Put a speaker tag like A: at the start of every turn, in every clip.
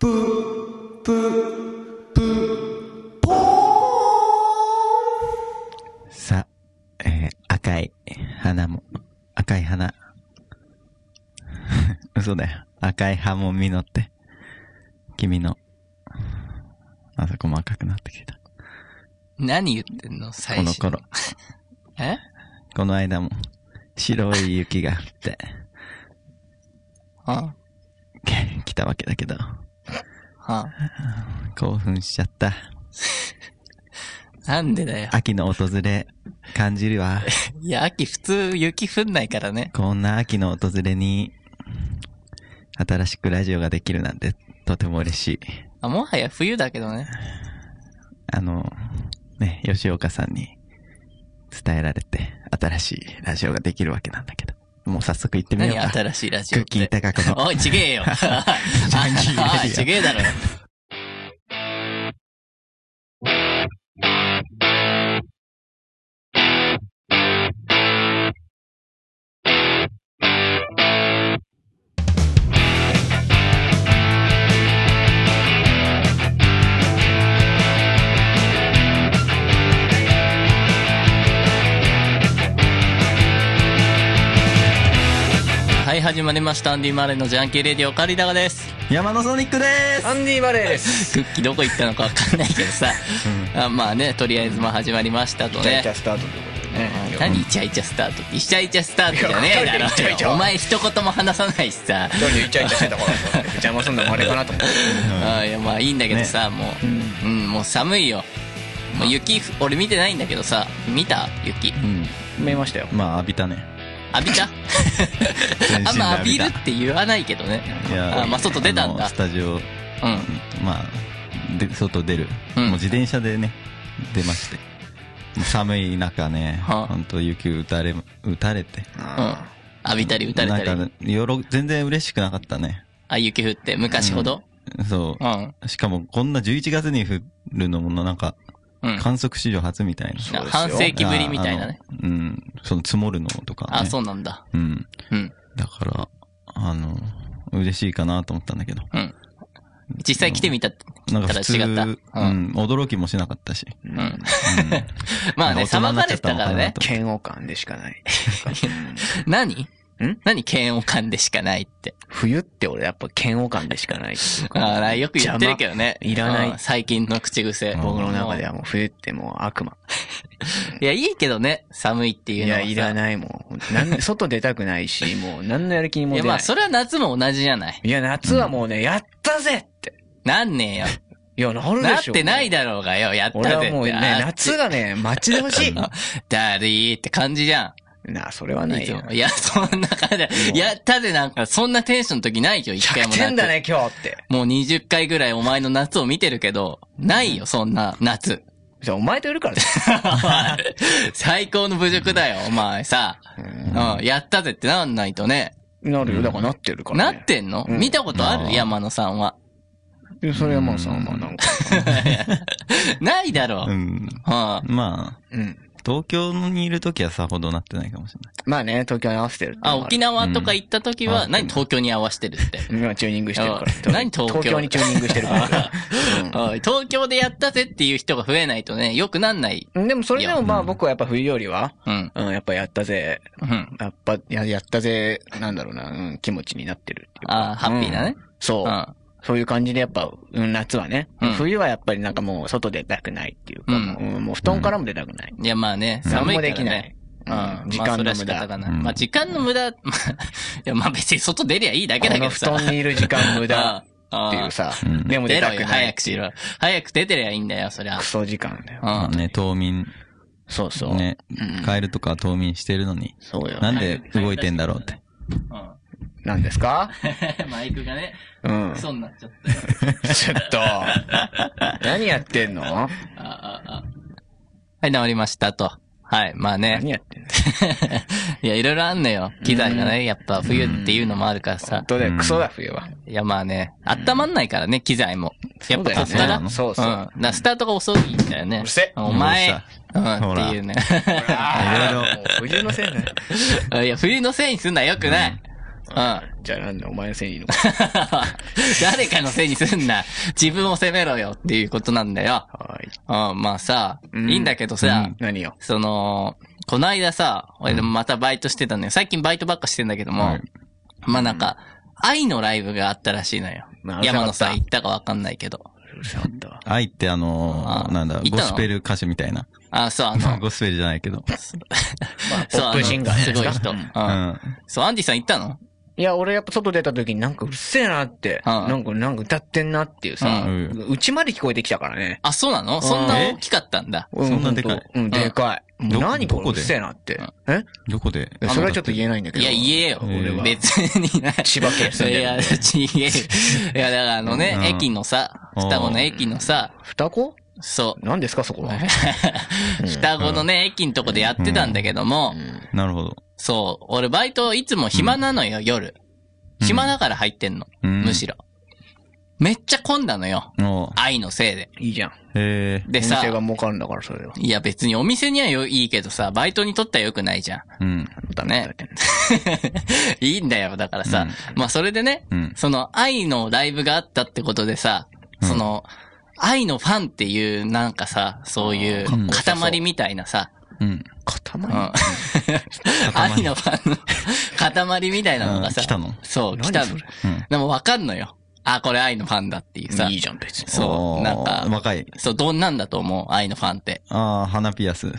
A: ぷ、ぷ、ぷ、ぽー
B: さ、えー赤い花も、赤い花。 嘘だよ。赤い葉も実って。君の、あそこも赤くなってきた。
A: 何言ってんの最
B: この
A: 初。
B: 頃。
A: え
B: この間も、白い雪が降って、
A: は
B: け来たわけだけど、
A: は
B: 興奮しちゃった。
A: なんでだよ。
B: 秋の訪れ、感じるわ。
A: いや、秋普通雪降んないからね。
B: こんな秋の訪れに、新しくラジオができるなんて、とても嬉しい。
A: あ、もはや冬だけどね。
B: あの、ね、吉岡さんに伝えられて、新しいラジオができるわけなんだけど。もう早速行ってみよう
A: 何
B: か。
A: 新しいラジオっ
B: クッキー
A: て。
B: 高子の
A: おい、ちげえ よ。あ
B: ジオ
A: あ、ちげえだろ。はい、始まりました。アンディ・マレーのジャンキー・レディオ、カリダガです。
B: 山のソニックで
C: アンディ・マレーです。
A: クッキーどこ行ったのかわかんないけどさ。
B: す、うん
A: あまあね、とりあえずまあ始まりましたと
C: イチャイ
A: ね
C: チ。ャスタートという
A: うん何イチャイチャスタートってイチャイチャスタートじゃねえだ
C: いやイチャイチャ
A: ろお前一言も話さないしさ、
C: ことで。一人でイチャイチャしてたから、邪魔すんのもあれかなと思って。
A: あいやまあいいんだけどさ、もう、うんもう寒いよもう雪ふ俺見てないんだけどさ見た雪
B: うん。
C: 見えましたよ。
B: まあ、浴びたね。
A: 浴びた
B: 全身
A: あんま
B: で
A: 浴びるって言わないけどね
B: いや
A: あまあ外出たん
B: あの
A: だ
B: スタジオ、
A: うん
B: まあ、で外出る、
A: うん
B: もう自転車でね、出まして。もう寒い中ね、
A: はあ
B: 本当雪打たれ、打たれて。
A: うん浴びたり打たれた
B: なん
A: り
B: か、よろ、全然嬉しくなかったね。
A: あ雪降って昔ほど
B: そう
A: う。ん
B: しかも、こんな11月に降るのも、なんか、
A: うん
B: 観測史上初みたいな。
C: そうですよ
A: 半世紀ぶりみたいなね
B: あ。あのうん。その積もるのとか、ね。。
A: あそううなんだ
B: うん。
A: うん
B: だから、あの、嬉しいかなと思ったんだけど。
A: うん実際来てみた
B: なんか普通、
A: ただ違った
B: う
A: うん
B: ん、驚きもしな かったし。
C: う
A: うん
C: ん。
A: まあね、
B: 大人
A: 騒
B: にな
A: が
B: っちゃ
A: れ
B: ってた
A: た
B: の
A: か
B: からな
A: ね。
C: 嫌悪感でしかない。うん
A: 何
C: ん
A: 何嫌悪感でしかないって。
C: 冬って俺やっぱ嫌悪感でしかない。
A: ああ、よく言ってるけどね。
C: 邪魔いらない
A: うん最近の口癖。
B: うん
C: 僕の中ではもう冬ってもう悪魔。
A: いや、いいけどね。寒いってい
C: いう
A: のは
C: や、
A: さ。
C: いらないもん。なん外出たくないし、もう何のやる気に
A: い
C: も出
A: や、ま
C: な
A: あ、
C: い。
A: それは夏も同じじゃない。
C: いや、夏はもうね、やったぜって。
A: なんねえよ。
C: いや、なる
A: な
C: で
A: っ
C: しょ。
A: てない
C: だ。
A: だろうがよ。やったぜ
C: 俺
A: っ
C: は
A: て。
C: もうね、夏がね、待ち遠 しい。
A: だりーって感じじゃ
C: なあ、それは
A: ん。
C: ないい
A: つ
C: よ。
A: も。いや、そんな感じ。やったぜなんか、そんなテンションの時ないよ。一回も
C: 100
A: 夏
C: 点だね、今日って。
A: もう20回ぐらいお前の夏を見てるけど、ないよ、そんな夏。
C: じゃあお前といるからだよ
A: 最高の侮辱だよ、お前さ。うん、やったぜってなんないとね。
C: なるよ。だからなってるから
A: な
C: ね。
A: ってんの
C: うん
A: 見たことあ
B: あ
A: る
B: ー
A: 山野さんは。
C: て。それはもうさ、まあなんか。
A: ないだろ
B: う
A: う。
B: ん。
A: は
B: まあ、
C: うん。
B: 東京にいるときはさほどなってないかもしれない。
C: まあね、東京に合わせてるっての
A: あ、
C: もる
A: 沖縄とか行った時は、
B: うん
A: 何東京に合わせてるって。
C: 今チューニングしてるから。
A: あ何東京
C: 東京にチューニングして るから。
A: おい東京でやったぜっていう人が増えないとね、良くなんない。
C: うんでもそれでもま
B: う
C: あ
B: ん
C: 僕はやっぱ冬よりは、
A: うん。
C: うん、やっぱやったぜ、
A: うん。
C: やっぱややったぜ、なんだろうな、うん、気持ちになってるっていう
A: あ
C: か
A: ーハッピーなね。
C: うんそうう。
A: ん。
C: そういう感じでやっぱ、うん、夏はね
A: うん。
C: 冬はやっぱりなんかもう外出たくないっていうか、
A: うん
C: もううんもう布団からも出たくない。
A: いや、まあね、
C: 何
A: 寒い
C: も
A: から
C: できない
A: ね。。
C: う、
A: うんん。
C: 時
A: まあ
C: 間
A: それ
C: の
A: は仕方が
C: 無駄。
A: ない。
B: うん
A: まあ、時間の無駄、ま あいや、まあ別に外出りゃいいだけだ
C: こ
A: け
C: の
A: ど
C: 布
A: さ。
C: 団にいる時間 無駄
A: あ
C: っていう
A: あ
C: さ
B: うん、
C: でも
A: 出
C: 出
A: ろ
C: たく
A: よ、
C: ない
A: 早。くしろ。早く出てりゃいいんだよ、そりゃ
C: ク。ソ時間だよ。
B: まあ
A: う
B: ね、冬眠、
C: そうそう。
B: ね
C: う、ん
B: カエルとかは冬眠してるのに、
C: そうよ。
B: なんで動いてんだろうって。
A: ん。
C: なんですか
A: うん。 マイクがね、
C: うん
A: ク。ソになっちゃったよ。
C: ちょっと、何やってんの
A: あああはい、治りましたと。はい、まあ
C: 何
A: ね。
C: やってんの
A: いや、いろいろあんのよ。機材がね、やっぱ冬っていうのもあるから
C: 本
A: さ。
C: 当だ
B: う
C: よ、
B: ん
C: クソだ、冬は。
A: いや、まあね、温まんないからね、機材も。やっぱこっ
C: そ
A: か
C: うだ
A: ら。
C: よ
A: う
C: ね
A: ん。
C: そうそう。
A: だからスタートが遅いんだよね。
C: うるせえ
A: お前。うん、っ
B: ほ
A: て
B: ら
A: いうね。
C: あ
B: いろいろ
C: もう冬のせいだよ。
A: いや、冬のせいにすんなよくない。うん。
C: じゃあなんだ、お前のせいにいいのか。
A: 誰かのせいにすんな。自分を責めろよっていうことなんだよ。
C: はーい。
A: うん、まあさ、
C: うん
A: いいんだけどさ、
B: うん
C: 何よ。
A: その、この間さ、俺でもまたバイトしてたのよ。最近バイトばっかしてんだけども、
B: はい
A: まあなんか、愛のライブがあったらしいのよ。
C: まあ
A: 山野
C: う
A: さん
C: る
A: 行ったかわかんないけど。
C: うるさかったわ。
B: 愛ってあの
A: あー
B: なんだ、
A: いた
B: ゴ
A: の
B: スペル歌手みたいな。
A: あ、そう、あの、
B: まあ、 ゴスペルじゃないけど。
C: まあ、ポ
A: そう、
C: ップシンガー
A: あの
C: じ
A: す
C: ゃな
A: ごい
C: です
A: 人。
C: か
A: う。
B: うんん。
A: そう、アンディさん行ったの
C: いや、俺やっぱ外出た時になんかうるせえなって、
A: うん
C: なんか、なんか歌ってんなっていうさ、
B: う
C: うんちまで聞こえてきたからね。
A: あ、そうなのそんな大きかったんだ。
C: う
B: そんな
C: ほと
B: でかい
C: うん、でかい。も
B: ど
C: う何
B: ど
C: これ
B: こ
C: う
B: で
C: るせえなって。
B: どこで
C: えそれはちょっと言えないんだけど。
A: いや、言えよ。
B: 俺は
A: 別にない。
C: 千葉県住ん
A: い
C: で
A: や、
C: る。
A: ちげえよ。いや、だからあのね、
B: うん
A: 駅のさ、
B: うん
A: 双子の駅のさ、
C: 双子
A: そ
C: 何ですか、そこ
A: う。
C: は。
A: 双子のね、駅のとこでやってたんだけども、
C: うん
B: なるほど。
A: そう、俺バイトいつも暇なのよ、夜。
B: うん
A: 暇だから入ってんの、
B: うん
A: むしろ。めっちゃ混んだのよ。
B: おう
A: 愛のせいで。
C: いいじゃん。
B: へえ。
A: で
C: お
A: さ
C: 店、が儲かるんだから、それは。
A: いや別にお店にはよいいけどさ、バイトにとっては良くないじゃん。
B: うん。
C: ダメだって。
A: いいんだよ、だからさ。まあそれでね、
B: うん。
A: その愛のライブがあったってことでさ、
B: うん
A: その、愛のファンっていうなんかさ、そういう
B: うん
A: 塊みたいなさ、
B: うん。
A: う
C: 塊
A: ん愛のファン の塊みたいなのがさ、
B: 来たの
A: そう、来た
C: 何
A: の
C: そ。
B: うん。
A: でもわかんのよ。あ、これ愛のファンだっていうさ
C: い。いじゃん、別に。
A: そ
B: お
A: う、
B: ー
A: なんか、
B: 若い。
A: そう、どんなんだと思う愛のファンって。
B: ああ、花ピアス。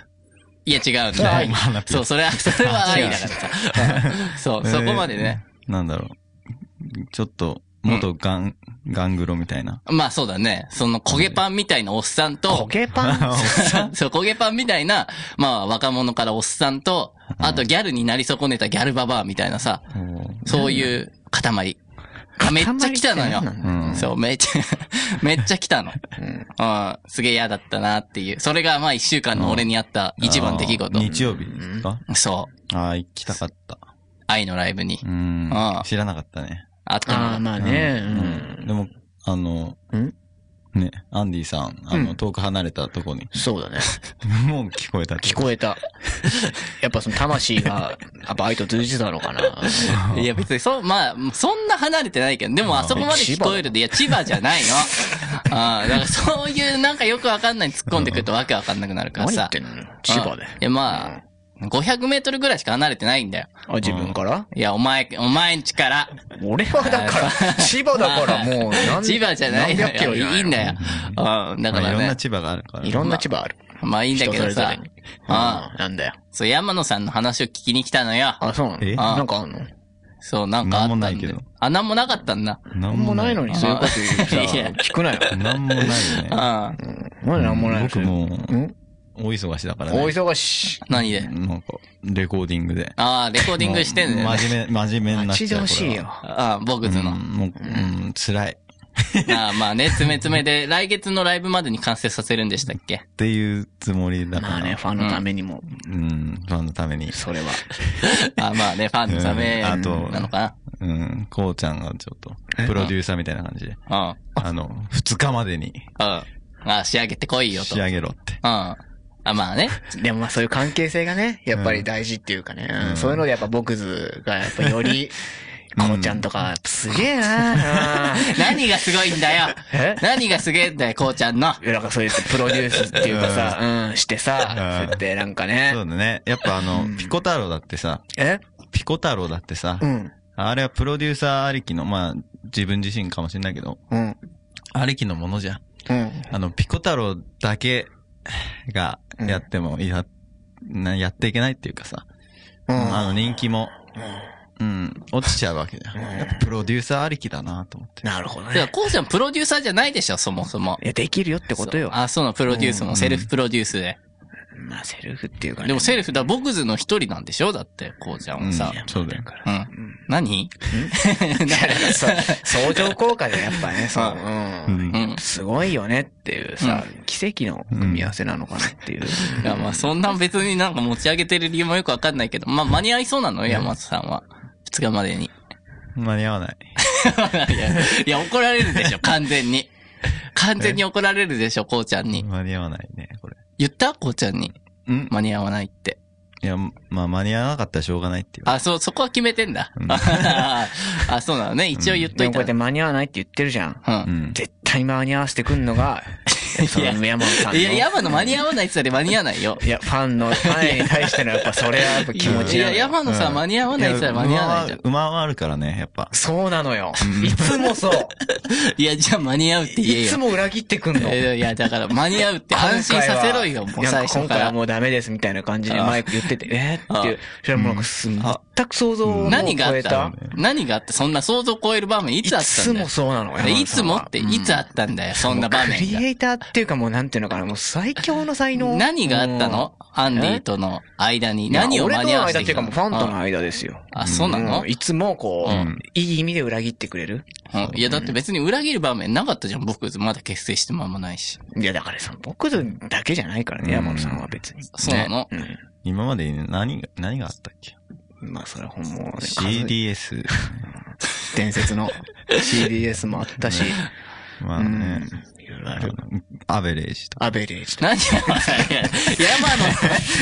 A: いや、違うん
C: それは
A: だ
C: 愛
A: よ。
B: 花
A: そう、それ は、それは愛だからさ。そう、そこまでね。。
B: えーなんだろう。ちょっと、元ガン、ガングロみたいな。
A: まあそうだね。その焦げパンみたいなおっさん
C: 焦
A: と、
C: げパン
A: そう、焦げパンみたいな、まあ若者からおっさんと、あとギャルになり損ねたギャルババアみたいなさ、
B: おー
A: そういう塊。あめっちゃ来たのよ
C: 塊って何な。の
B: うん。
A: そう、めっちゃ、 めっちゃ来たの。
C: うん
A: うん、すげえ嫌だったなっていう。それがまあ一週間の俺にあった一番出来
B: あ
A: 事
B: ー。日曜日ですか
A: そう、
B: ああ、行きたかった。
A: 愛のライブに
B: うん
A: あー。
B: 知らなかったね。
A: あったの
C: あ
A: よ
C: あ、。まあね。
B: うんでも、あの、
C: うん
B: ね、アンディさん、あ
C: う
B: の、
C: ん
B: 遠く離れたとこに、
C: そうだね。
B: もう聞こえたって
C: 聞こえた。やっぱその魂が、やっぱ愛と通じてたのかな。
A: いや別にそう、まあ、そんな離れてないけど、でもあそこまで聞こえるで、いや千葉じゃ ないの。ああ、だからそういうなんかよくわかんない突っ込んでくるとわけわかんなくなるから
C: 何言
A: さ
C: っ。てんの千
A: う
C: 葉で
A: んい。やまあ、500メートルぐらいしか離れてないんだよ。
C: あ、自分から
A: いや、お前、お前んちから。
C: 俺は だから、千葉だからもう何、
A: 千葉じゃないの
C: 何百キ
A: よ。
C: ロじゃない
A: いいんだよ。うん、だ
B: ま
A: か
B: あい
A: ら
B: ろんな
A: ね。
B: 千葉があるから。
C: いろんな千葉ある。
A: まあいいんだけど
C: 人それ
A: さ
C: ぞれ。に
A: あ
C: うんなんだよ。
A: そう、山野さんの話を聞きに来たのよ。
C: あ、そうなの
B: え
C: なんかあんの
A: そう、なんかあったんだ
B: なんもないけ
A: よ
B: ど。
A: あ、なんもなかったんだ。
B: な
C: なんん
B: も
C: も
B: な
C: ないい
B: の
C: の
B: に。
C: に、そういうこと言うさ
A: いや
C: 聞くなよ。
B: なんもないよね。
A: うん。
C: なんでなんもないの
B: 僕も、
C: うん
B: 大忙しだからね。
C: 大忙し。
A: 何で
B: なんか、レコーディングで。
A: ああ、レコーディングしてんだよ
B: もう
A: ね。
B: 真面目、真面目になっ
C: 待
B: ちゃう。
C: ち遠しい
B: こ
C: よ。
A: ああ、僕
B: れ
A: と
B: は。
A: の
B: うん。、もう、うん、辛い。っ
A: ああ、まあね、詰め詰めで、来月のライブまでに完成させるんでしたっけ
B: ていうつもりだから。
C: まあね、ファンのためにも、
B: うん、ファンのために。
C: それは。
A: ああ、まあね、ファンのため
B: うんあと
A: なのか
B: うん、こうちゃんがちょっと、プロデューサーみたいな感じで。
A: な。
B: あの、二日までに
A: うん。うん。ああ、仕上げてこいよと。
B: 仕
A: うん。
B: 上げろって。
A: あまあね。
C: でもまあそういう関係性がね、やっぱり大事っていうかね、
B: うん
C: そういうのでやっぱ僕ズがやっぱより、こうちゃんとか、すげえなぁ。
A: 何がすごいんだよ
C: え
A: 何が すげえんだよ、こうちゃんの。
C: いやなんかそういうプロデュースっていう かさ、うん、してさ、そうやってなんかね
B: そ、うだね。やっぱあの、ピコ太郎だってさ、
C: え
B: ピコ太郎だってさ
C: う、ん、
B: あれはプロデューサーありきの、まあ、自分自身かもしれないけど、
C: うん、
B: ありきのものじゃん。
C: うん。
B: あの、ピコ太郎だけがやっても、いや、なやっていけないっていうかさ、
C: うん
B: あの人気も、うん、落ちちゃうわけじゃん。やっぱプロデューサーありきだなと思って。
C: なるほど
A: てか、
C: ね。
A: こうちゃんプロデューサーじゃないでしょ、そもそも。
C: いや、できるよってことよ。
A: あ、そうなの、プロデュースも、セルフプロデュースで。
C: まあ、セルフっていうかね。
A: でもセルフ、だ、ボクズの一人なんでしょだって、こうちゃんはさ
B: い。やそうだよ。
A: うん。 何
C: そう相乗効果でやっぱね、そう、
B: う
C: う
B: ん
C: ん。
A: うん。
C: すごいよねっていうさ、奇跡の組み合わせなのかなっていう。
A: いや、まあそんな別になんか持ち上げてる理由もよくわかんないけど、まあ間に合いそうなの山本さんは。二日までに。い
B: 間に合わない。
A: や、いや怒られるでしょ、完全に。完全に怒られるでしょ、こうちゃんに。
B: 間に合わないね、これ。
A: 言ったこうちゃんに。
B: うん
A: 間に合わないって。
B: いや、まあ間に合わなかったらしょうがないっていう。
A: あ、そう、そこは決めてんだ。
B: うん
A: あ、そうなのね。一応言っと
C: で
A: い
C: も
A: た
C: こうやっ。て間に合わないって言ってるじゃん。
A: う。
B: うんん。
C: 絶対間に合わせてくん のが、その宮本さんの。
A: いや、山の間に合わないって言ったら間に合わないよ。
C: いや、ファ ンの、ファンに対してのやっぱそれはやっぱ気持
A: い
C: ちな
A: や、
C: のよ。
A: 山野さん間に合わないって言ったら間に合わないじゃん。
B: 馬は馬はあるからね、やっぱ。
C: そうなのよ。いつもそう。
A: いや、じゃあ間に合うって言え
C: いつ
A: よ。
C: も裏切ってくんの。
A: えーいや、だから間に合うって安心させろよ、もう最
C: なん
A: 初
C: 今回
A: から。
C: はもうダメですみたいな感じで
A: ああ
C: マイク言ってて、えーっていう。それはもうなんかす
B: あ
C: 全く想像を超
A: 何があっ
C: え
A: た
C: た
A: の。何があって、そんな想像を超える場面い
C: い
A: つあった
C: つ
A: んだよ
C: も。そうなのよ。
A: いつもって、いつあ
C: っ
A: ったんだよ、そんな場
C: ク
A: 面が
C: リエ。イターっていうかもうなんていうのかな、もう最強の才能。
A: 何があったのアンディとの間に。何を間に合わせ
C: いや俺との間ってて
A: き
C: いう
A: た
C: かも
A: の
C: うファンとの間ですよ。
A: あ、そうなの
C: うんいつもこう、
B: うん
C: いい意味で裏切ってくれる。
A: うんいや、だって別に裏切る場面なかったじゃん、僕。まだ結成して間もないし。
C: いや、だからその僕だけじゃないから
B: う
C: ね、
B: ん
C: 山野さんは別に。
A: そうなの
C: うん。
B: 今まで何が、何があったっけ
C: まあ、それはもうね、
B: ?CDS。
C: 数伝説の CDS もあったし、
B: ま
C: う
B: あ
C: ん
B: ね。。
C: いろいろあ
B: あ
C: る。
B: のアベレージとか。
C: アベレージと
A: 何
C: か。
A: や、山の、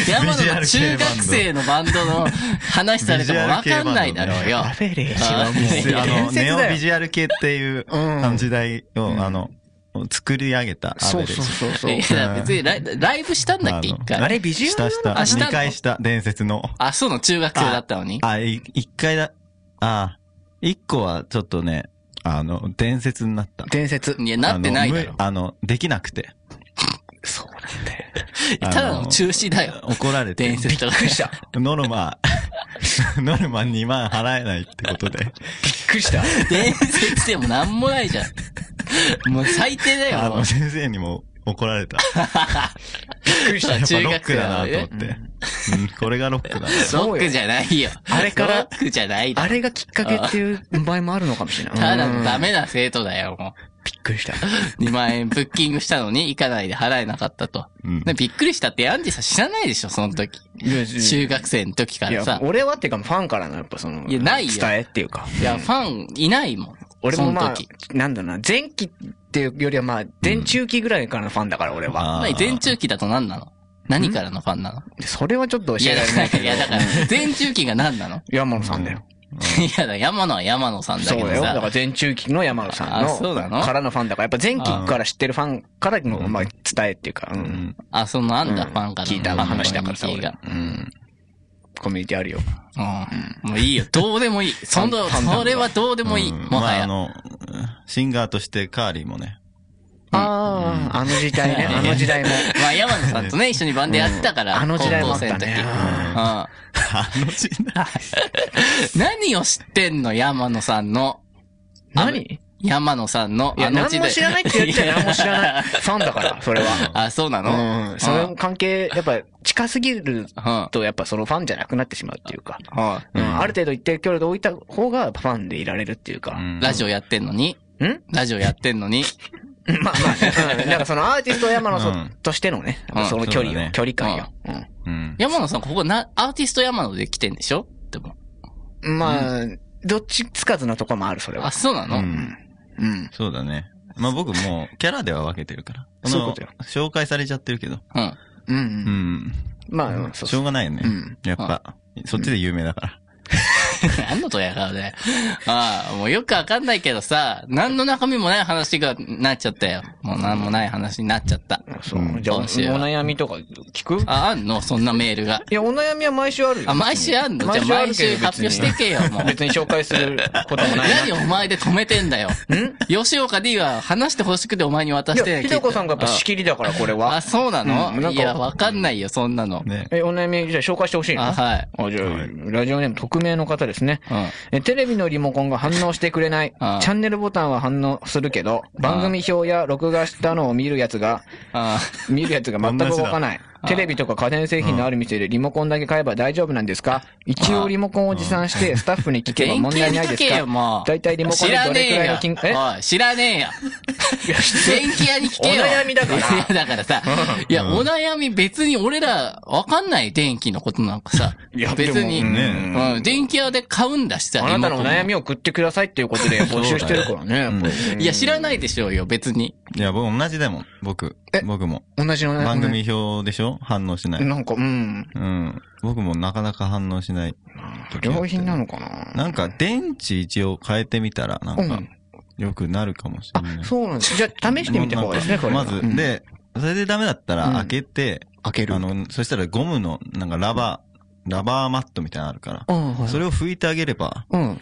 A: 山の中学生のバンドの話されてもわかんないだろうよ。
C: アベレージ
A: あ
C: はもう、伝説
B: あの、
C: だ
B: ネ
C: よ
B: オビジュアル系っていう、
C: うん
B: あの時代を、
C: ん
B: あの、作り上げたア
C: そ
B: ベレ
C: う
B: ージ。
C: そうそうそう。
A: いや、別にライライブしたんだっけ、
B: あの
A: 一回。
C: あれビジュ
B: 下
C: アルな
B: 下、
C: の
A: あ下の
B: 2回下、伝説の。
A: あ、そうなの中学生だったのに。
B: あ、い一回だ、あ、一個はちょっとね、あの、伝説になった。
C: 伝説。
A: いや、なってないだろ
B: あの。むあの、できなくて。
C: そうなんだよ。
B: あの
A: ただの中止だよ。
B: 怒られて
A: 伝。説とか。
C: びっくりした。び
B: ノルマ、 ノルマ2万払えないってことで。
C: っくりした。
A: 伝説でもなんもないじゃん。もう最低だ
B: あ
A: よ。も
B: の、
A: う
B: 先生にも怒られた。
C: びっくりし
A: あ
C: た。
B: やっぱ
A: 中
B: ロッ
A: 学
B: ク
A: 生
B: だ
A: なの
B: な
A: に
B: と思って。うん、これがロックだな。
A: ロックじゃないよ。
C: あれから
A: ロックじゃないだ
C: あ
A: ろ。
C: れがきっかけっていう場合もあるのかもしれない。
A: ただ
C: う
A: の
C: ん
A: ダメな生徒だよ、も
C: びっくりし た。
A: う。2万円ブッキングしたのに行かないで払えなかったと。
B: うん
A: ねびっくりしたってアンディさん知らないでしょ、その時。中学生の時か
C: い
A: ら
C: や
A: さ、。
C: 俺はっていうか、ファンからの、やっぱその、
A: いやないよ
C: 伝えっていうか。
A: いや、ファンいないもん。
C: 俺もま
A: そ
C: あ
A: の時。、
C: なんだろうな、前期っていうよりはまあ、前中期ぐらいからのファンだから、俺は。
B: あー
A: まあ前中期だと何なの何からのファンなの
C: それはちょっと
A: い
C: 教え
A: や、
C: ら
A: だから、
C: れないけ
A: い
C: ど。
A: や、だから、前中期が何なの
C: 山野さんだよ。
A: いや、だから山野は山野さんだ
C: そ
A: け
C: う
A: ど
C: だよ。だから
A: さ。
C: 前中期の山野さん
A: あそうな
C: の、
A: の
C: からのファンだから、やっぱ前期から知ってるファンからの、まあ、伝えっていうか、う。
B: うんん。
A: あ、そのあんだ、
C: うん
A: ファンからの。
C: 聞いた
A: ファンの
C: 話だからさ
A: コミュニテ
B: うん。
C: コミュニティあるよ。
A: ィがうん。もういいよ。どうで もいい。その、
C: ファンだ
A: それはどうでもいい。
B: うん
A: もは
B: まあ、あ
A: や。
B: の、シンガーとしてカーリーもね。
C: ああ、あの時代 ね、あの時代も。
A: まあ、山野さんとね、一緒にバンドやってたから、
C: あの時代も
A: 高
C: あ
A: 校生
C: った
A: の時。
C: ね。
A: うん。
B: あの時代。
A: 何を知ってんの、山野さんの。
C: 何
A: 山野さんの、
C: いや、
A: あの
C: 何
A: 時
C: も
A: 代。
C: 知らないって言っ ちゃ何も知らない。ファンだから、それは。
A: あ、そうなの
C: うん。それも関係、やっぱ、近すぎる
A: うん。
C: と、やっぱそのファンじゃなくなってしまうっていうか。
A: うん。
C: うん、ある程度一定距離で置いた方がファンでいられるっていうか。、
B: うんん
A: ラジオやってんのに。
C: ん
A: ラジオやってんのに。
C: まあまあね、うんなんかそのアーティスト山野さん
B: うん
C: としてのね、
A: うん
C: その距
B: そう
C: 離を、
B: だね
C: 距離感よ。うん
B: うん。
A: 山野さん、ここな、アーティスト山野で来てんでしょでも。
C: まあ、どっちつかずのとこもある、それは
A: あ、。そうな
B: う
A: の、
B: ん。
C: うん。
B: そうだね。まあ僕もうキャラでは分けてるから。
C: そういうことよ
B: あの紹介されちゃってるけど。
A: うん。
C: うん。う
B: うんん。
C: まあ、うんそう
B: し
C: そ
B: ょ
C: う。
B: うがないよね。
C: うん
B: やっぱ、そっちで有名だから。
A: 何のとや顔で。ああ、もうよくわかんないけどさ、何の中身もない話がなっちゃったよ。もう何もない話になっちゃった。
C: そう。じゃあ、お
A: 今週は
C: 悩みとか聞く
A: あ、あんのそんなメールが。
C: いや、お悩みは毎週あるよ
A: あ、毎週あんのじゃあ毎週発表して。けよ、もう。
C: 別に紹介することもないな。
A: 何お前で止めてんだよ。吉岡 D は話してほしくてお前に渡して
C: いや、ひでこさんがやっぱ仕切りだから、これ
A: あ
C: は
A: あ、。そうなの、
C: うんなん
A: い
C: か
A: や、わかんないよ、そんなの。
B: ね。
C: え、お悩み、じゃあ紹介してほしいの
A: あ、
C: あ、
A: はい。
C: じゃあ
B: はい、
C: ラジオネーム匿名の方ですね。
A: うん。
C: えテレビのリモコンが反応してくれない。チ
A: ああ
C: ャンネルボタンは反応するけど、番組表や録画したのを見るやつが、
A: あ
C: 見るやつが全く動かない。テレビとか家電製品のある店でリモコンだけ買えば大丈夫なんですか一応リモコンを持参してスタッフに聞けば
A: 電
C: 問
A: 球
C: 題
A: に
C: ない
A: か
C: です
A: けよ、もう。
C: か大体リモコンでどれくらいの金、
A: 知らねえよ。おい、知らねえよ。電気屋に聞けよ。
C: お悩みだから
A: いや、だからさ。いや、お悩み別に俺ら、わかんない、電気のことなんかさ。
C: いや
A: 別に。
C: でも
B: ね
A: うん、電気屋で買うんだしさ、
C: あなたのお悩
A: み。
C: みを送ってくださいっていうことで募集してるからね。
B: ん
C: これ
A: いや、知らないでしょうよ、別に。
B: いや、僕同じでもん。僕
C: え。
B: 僕も。
C: 同じの
B: 番組表でしょ反応しない。
C: なんか、うん。
B: うん。僕もなかなか反応しない。
C: 良品なのかな
B: なんか、電池一応変えてみたら、なん
C: う
B: か
C: ん、
B: 良くなるかもしれない。
C: あ、そうなんです。じゃあ、試してみた方がいいですね、これ。
B: まず
C: う、ん、
B: で、それでダメだった
C: うん
B: ら開けて、
C: 開ける。
B: あ
C: うん、
B: の、そしたらゴムの、なんかラバー、ラバーマットみたいなのあるから、
C: はい。
B: それを拭いてあげれば、
C: うん。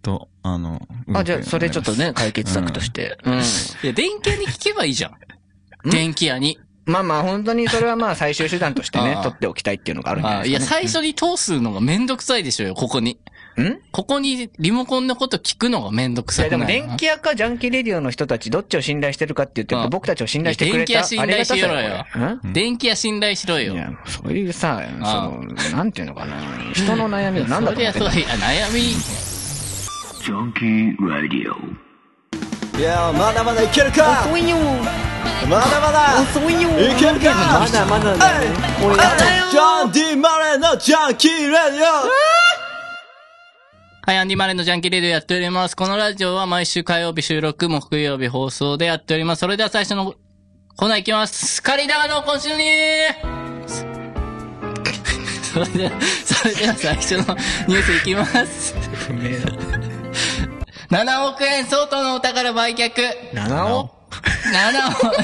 B: と、あの、
C: あ、じゃあ、それちょっと
B: ね。
C: ね、解決策として。うん。
A: いや、電気屋に聞けばいいじゃん。電気屋に。
C: まあまあ、本当にそれはまあ、最終手段としてね
A: あ、あ
C: 取っておきたいっていうのがあるんじゃ
A: あ
C: ない
A: いや、
C: ですか、ね。
A: 最初に通すのがめんどくさいでしょうよ、ここに。
C: うんん
A: ここにリモコンのこと聞くのがめんどく
C: い
A: さ
C: や
A: い。
C: でも電気屋かジャンキーレディオの人たちどっちを信頼してるかって言ってやっぱ僕たちを信頼してくれた。
A: いや電気屋信頼しろよ
C: ありがたさよ。これ
A: 電気屋信頼しろ
C: うんい
A: よ。
C: や、そういうさ、そ
A: あ
C: の、なんていうのかな。人の悩みは何だ
A: そ
C: と
A: り
C: 思
A: ゃ
C: って
A: そ
C: ん
A: う
C: だ
A: や、悩み。
D: Junkie Radio.
E: いやまだまだいけるか
F: 遅いよ
E: まだまだ
F: 遅いよ
E: いけるか
F: まだまだだね俺
E: ジョン・ディ・マレーのジャンキー・レディ
A: はい、アンディマレーのジャンキーレディオやっております。このラジオは毎週火曜日収録、木曜日放送でやっております。それでは最初のコーナーいきます。カリダガの今週にそれでは、それでは最初のニュースいきます。7億円相当のお宝売却。
C: 7億
A: 7億、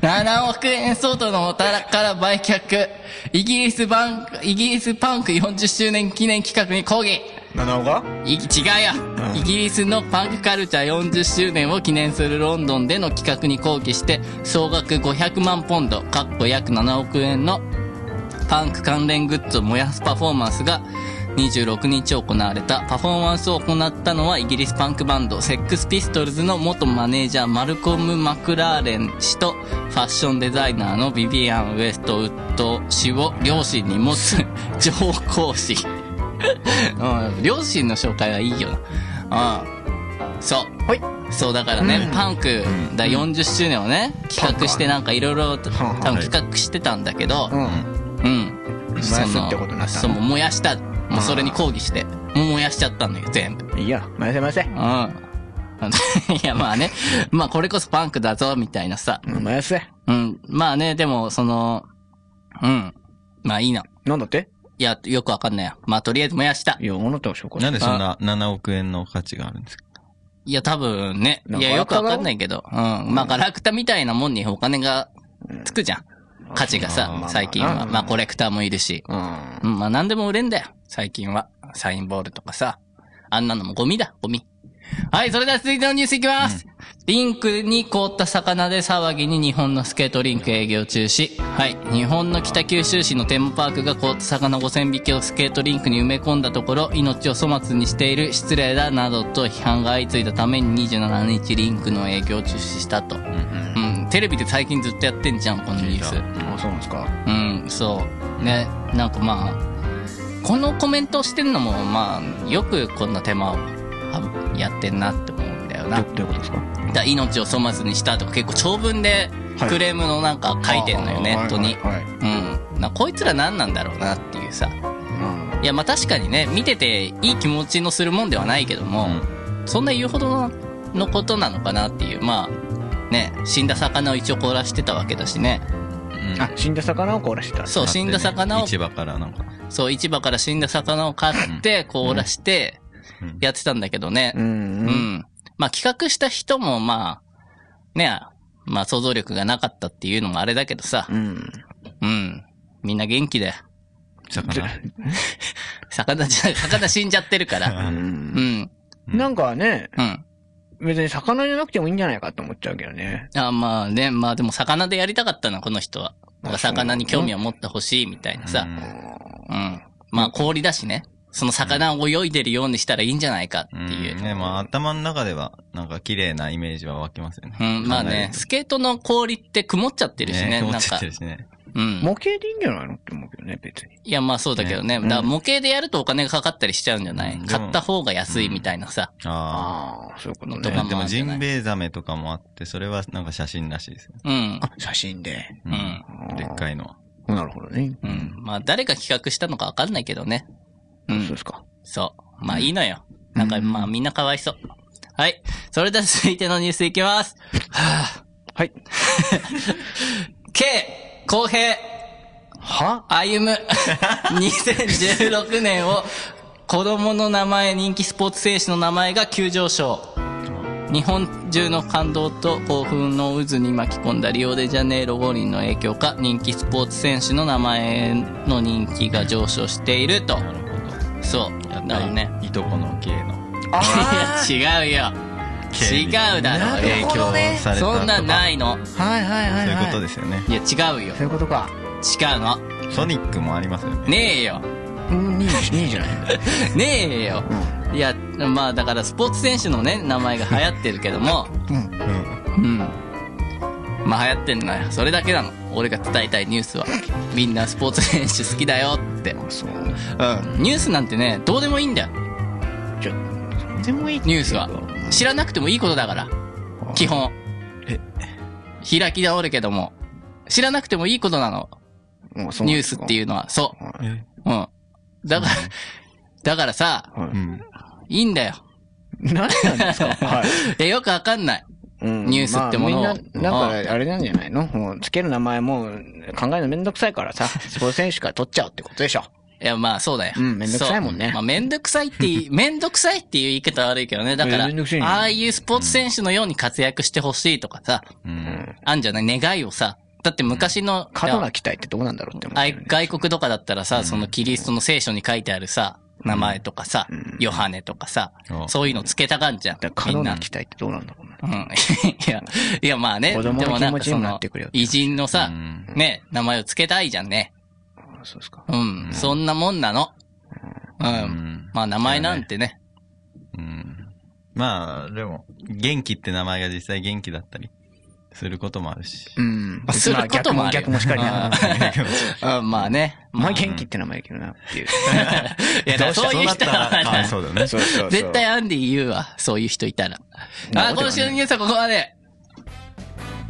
A: 7億円相当のお宝売却。イギリスバンク、イギリスパンク40周年記念企画に抗議。
C: 七尾が
A: い違うよ、イギリスのパンクカルチャー40周年を記念するロンドンでの企画に抗議して総額500万ポンドかっこ約7億円のパンク関連グッズを燃やすパフォーマンスが26日行われたパフォーマンスを行ったのはイギリスパンクバンドセックスピストルズの元マネージャーマルコム・マクラーレン氏とファッションデザイナーのビビアン・ウェストウッド氏を両親に持つ上皇氏うん、両親の紹介はいいよな。うん。そう。
C: はい。
A: そう、だからね、パンク、だ40周年をね、企画してなんかいろいろ、多
C: は
A: 分
C: い
A: 企画してたんだけど
C: う、
A: う
C: ん。
A: ん。
C: 燃やす
A: その
C: ってことになったの
A: そう、もう燃やした。もうそれに抗議して、もう燃やしちゃったんだよ、全部。
C: いいや、ませませ
A: う。ん。 あのいや、まあね、まあこれこそパンクだぞ、みたいなさ。
C: まやせ。
A: うん。まあね、でも、その、うん。まあいいな。
C: なんだって
A: いや、よくわかんないよ。まあとりあえず燃やした。
C: いや、あなたは紹介
B: なんでそんな7億円の価値があるんですか
A: いや、多分ね。
C: なん
A: い
C: か
A: や、よくわかんないけど。うん。まあ、ガラクタみたいなもんにお金がつくじゃん。価値が
C: まあ
A: さ
C: ま、あ
A: 最近
C: まあ
A: は。
C: まあ
A: まあ、コレクターもいるし。
C: うん。
A: うん、まあ、なんでも売れんだよ。最近は。サインボールとかさ。あんなのもゴミだ、ゴミ。はい、それでは続いてのニュースいきます。リンクに凍った魚で騒ぎに日本のスケートリンク営業中止。はい、日本の北九州市のテーマパークが凍った魚5000匹をスケートリンクに埋め込んだところ、命を粗末にしている失礼だなどと批判が相次いだために27日リンクの営業を中止したと。うん、テレビで最近ずっとやってんじゃん、このニュース。
C: あ、そうなんですか。
A: うん、そう。ね、なんかまあ、このコメントをしてるのも、まあ、よくこんな手間をはやってんなって思うんだよな。
C: ど
A: だか
C: どういうことですから
A: 命を粗末にしたとか結構長文で
C: はい
A: クレームのなんか書いてんのよ、ネットに。
C: はいはいはい。
A: うん。なこいつら何なんだろうなっていうさ。
C: うん
A: いや、まあ確かにね、見てていい気持ちのするもんではないけども、そんな言うほどのことなのかなっていう、まあ、ね、死んだ魚を一応凍らしてたわけだしね。
B: うん
C: あ、死んだ魚を凍らしてた。
A: そう、死んだ魚を
B: 市場からなんか。
A: そう、市場から死んだ魚を買って、凍らして
B: うん、
A: やってたんだけどね。う
C: ん
A: ん。まあ企画した人も、まあ、ね、まあ想像力がなかったっていうのもあれだけどさ
C: う。ん。
A: うん。みんな元気だよ。
B: 魚。
A: 魚じゃ ない、魚死んじゃってるか
C: う
A: ら。
C: ん
A: う。ん。
C: なんかね、
A: うん。
C: 別に魚じゃなくてもいいんじゃないかと思っちゃうけどね。
A: あまあね、まあでも魚でやりたかったな、この人は。なんか魚に興味を持ってほしいみたいなさ
B: う。ん
A: うん。まあ氷だしね。その魚を泳いでるようにしたらいいんじゃないかっていう。
B: うんね、まあ頭の中では、なんか綺麗なイメージは湧きますよね。
A: うん、まあね、スケートの氷って曇っちゃってる
B: 考えると。
A: し
B: ね
A: ね、
B: 曇
A: な
B: っ
A: ん
B: ちゃ
A: か
B: って。るしね。
A: うん。
C: 模型でいいんじゃないのって思うけどね、別に。
A: いや、まあそうだけどね。だ
C: ん
A: から模型でやるとお金がかかったりしちゃうんじゃない、
B: うん
A: 買った方が安いみたいなさ。
B: あ
C: ああ、そういうこと
A: と
B: あ。
A: か
C: ね。
A: もあ
B: で
A: る
B: も
A: んじ
B: ジ
A: ゃない
B: ンベエザメとかもあって、それはなんか写真らしいですよ。
A: うん。
C: あ、写真で。
B: う
A: うん。
B: でっかいのは。
C: なるほどね。
A: うん。まあ誰が企画したのかわかんないけどね。う
C: そうで
A: ん。
C: すか。
A: そう。まあいいのよ。なんか、まあみんなかわいそう。はい。それでは続いてのニュースいきます。
C: はい。
A: K、公平、
C: は
A: 歩む、2016年を、子供の名前、人気スポーツ選手の名前が急上昇。日本中の感動と興奮の渦に巻き込んだリオデジャネイロ五輪の影響か、人気スポーツ選手の名前の人気が上昇していると。
B: なるほ
A: そう。
B: ど。や
A: だ
B: っ
A: からね。
B: ぱり、いとこの系の。
A: いや、違うよ。違うだろう
B: 影
A: よ。
B: 響されたとか
A: そんなんないの。
C: はいはい
B: そ
C: は
B: う
C: い、
B: いう
C: はい。
B: ことですよね。
A: いや、違うよ。
C: そういうことか。
A: 違うの。
B: ソニックもありますよね。
A: ねえよ。
C: うん、いい、いいじゃない。
A: ねえよ。いや、まあだからスポーツ選手のね、名前が流行ってるけども、
B: うん。
A: うん。まあ流行ってんのよ。それだけなの。俺が伝えたいニュースは。みんなスポーツ選手好きだよって。うん。
C: そう。
A: ニュースなんてね、どうでもいいんだよ。
C: ちょ
B: でもいい
A: ニュースは。知らなくてもいいことだから。基本。
B: え
A: 開き直るけども。知らなくてもいいことなの。
C: もうそう。
A: ニュースっていううのは。そ
B: え
A: う。うん。だから、だからさ、
B: うん。
A: いいんだよ。
C: 何なんですかはい。
A: え、よくわかんない。
C: うん
A: ニュースってものを
C: まあみんな、なんか、あれなんじゃないのもう、つける名前も、考えるのめんどくさいからさ、スポーツ選手から取っちゃうってことでしょ。
A: いや、まあ、そうだよ。
C: うんめんどくさいもんね
A: そうまあ、めんどくさいって いう、めんどくさいっていう言い方は悪いけどね。だから、
C: いやめんどくせえよ
A: ああいうスポーツ選手のように活躍してほしいとかさ、
B: うん。
A: あんじゃない願いをさ。だって昔の、
C: 過度な期待ってどうなんだろうって思う
A: あ
C: け
A: い
C: どね。
A: 外国とかだったらさ、そのキリストの聖書に書いてあるさ、名前とかさ、ヨハネとかさ
B: う、ん
A: そういうのつけたがんじゃん
C: だから。過
A: み
C: 度
A: ん
C: な
A: な。
C: 期待ってどうなんだろうな。
A: うん。 いや、いや、まあね。
C: 子供の
A: でもなん
C: 気持
A: か
C: ちに
A: そ
C: もな
A: の
C: ってくれよ、
A: 偉人のさ
B: うん、
A: ね、名前をつけたいじゃんね。
C: あそうですか。
A: うん。そんなもんなの。う。
B: うんん。
A: まあ、名前なんてね。
B: うん。まあ、でも、元気って名前が実際元気だったり、することもあるし。
C: うん。
A: することもあるよ
C: 逆も逆もしかりな。
A: うんうんまあね。
C: まあ元気って名前だけどなっていう。
A: いや、だからそういう人は
B: か わいそうだね。
C: うそう
A: 絶対アンディ言うわ。そういう人いたら。
C: な
A: あ、
C: るほどね
A: 今週のニュースはここまで。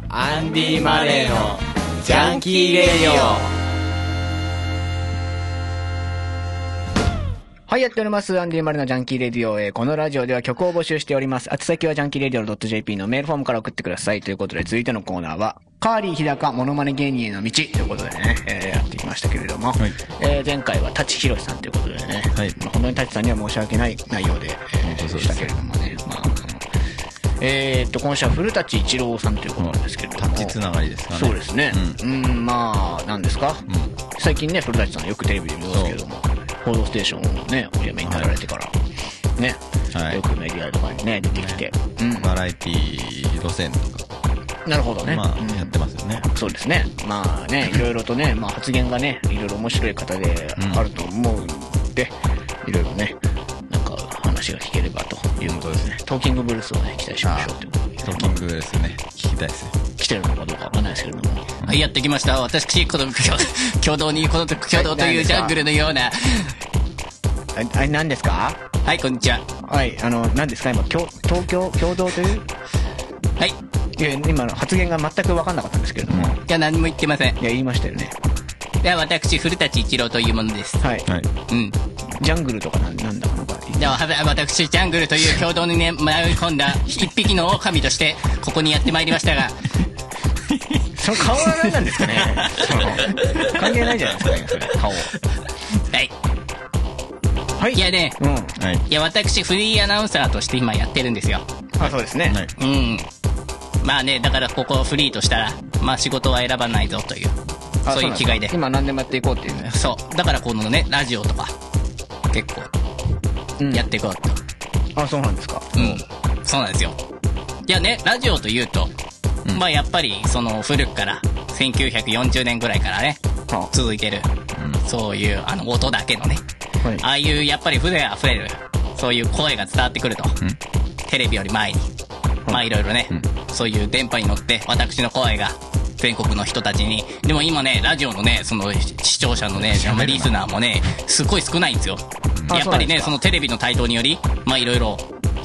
E: アンディ・マレーのジャンキー・レディオ
C: はい、やっております。アンディ・マルのジャンキー・レディオ。えーこのラジオでは曲を募集しております。宛先はジャンキー・レディオ .jp のメールフォームから送ってください。ということで、続いてのコーナーは、カーリー・日高モノマネ芸人への道ということでね、えーやってきましたけれども、
B: はい
C: えー前回は舘ひろしさんということでね、
B: はい
C: まあ本当に舘さんには申し訳ない内容で、え
B: 当
C: ー
B: そう
C: で
B: です
C: したけれどもね、まあ、あのえーっと、今週は古舘一郎さんということなんですけれども、
B: タッチつながりですかね。
C: そうですね。うん、まあ、なんですか、最近ね、古舘さんよくテレビで見ますけれども、報道ステーションをね、お辞めになられてから、ね、
B: はい
C: よくメディアとかにね、出てきて、
B: バラエティ路線とか、
C: うん、なるほどね。
B: ま
C: うん
B: あ、やってますよね。
C: そうですね。まあ ね、いろいろとね、まあ発言がね、いろいろ面白い方であると思うんで、いろいろね、なんか話が聞ければということですね。トーキングブルースをね、期待しましょうということで
B: ストッキングですよね。聞きたいですね。
C: 来てるのかどうかわかんないですけれども。
A: はい、やってきました。私、この、共同に、この共同と
C: はいい何で
A: う
C: す
A: ジ
C: か
A: ャングルのような。
C: あれ、何ですか
A: はい、こんにちは。
C: はい、あの、何ですか今、京東京共同という
A: はい。い
C: いや、今の発言が全く分かんなかったんですけれども。い
A: や、何も言ってません。
C: や、言いましたよね。
A: いや、私、古舘一郎というものです。
C: はい。
B: はい。
A: うん。
C: ジャングルとかなんなんだかなんか。
A: では、は私、ジャングルという共同にね、迷い込んだ一匹の狼として、ここにやってまいりましたが、
C: その顔は何なんですかねその関係ないじゃないですかね、それ顔。
A: はい。
C: はい。
A: いやね
C: うん。
B: はい。
A: いや、私、フリーアナウンサーとして今やってるんですよ。
C: あ、そうですね。
B: はい。
A: うん。まあね、だからここをフリーとしたら、まあ仕事は選ばないぞという、
C: あ
A: そういう
C: なん
A: 気概で。
C: 今何でもやっていこうっていうね。
A: そう。だからこのね、ラジオとか、結構、
C: うん
A: やっていこうと。
C: あ、そうなんですか。
A: うん。そうなんですよ。いやね、ラジオというと、まあやっぱり、その古くから、1940年ぐらいからね、
C: あ
A: 続いてる、そういう、あの、音だけのね、
C: はい
A: ああいう、やっぱり風情あふれる、そういう声が伝わってくると、テレビより前に、まあいろいろね、そういう電波に乗って、私の声が、全国の人たちに、でも今ね、ラジオのね、その、視聴者のね、リスナーもね、すごい少ないんですよ。
C: あ
A: やっぱり
C: そうなんで
A: ね、
C: すか
A: そのテレビの台頭により、まあいろいろ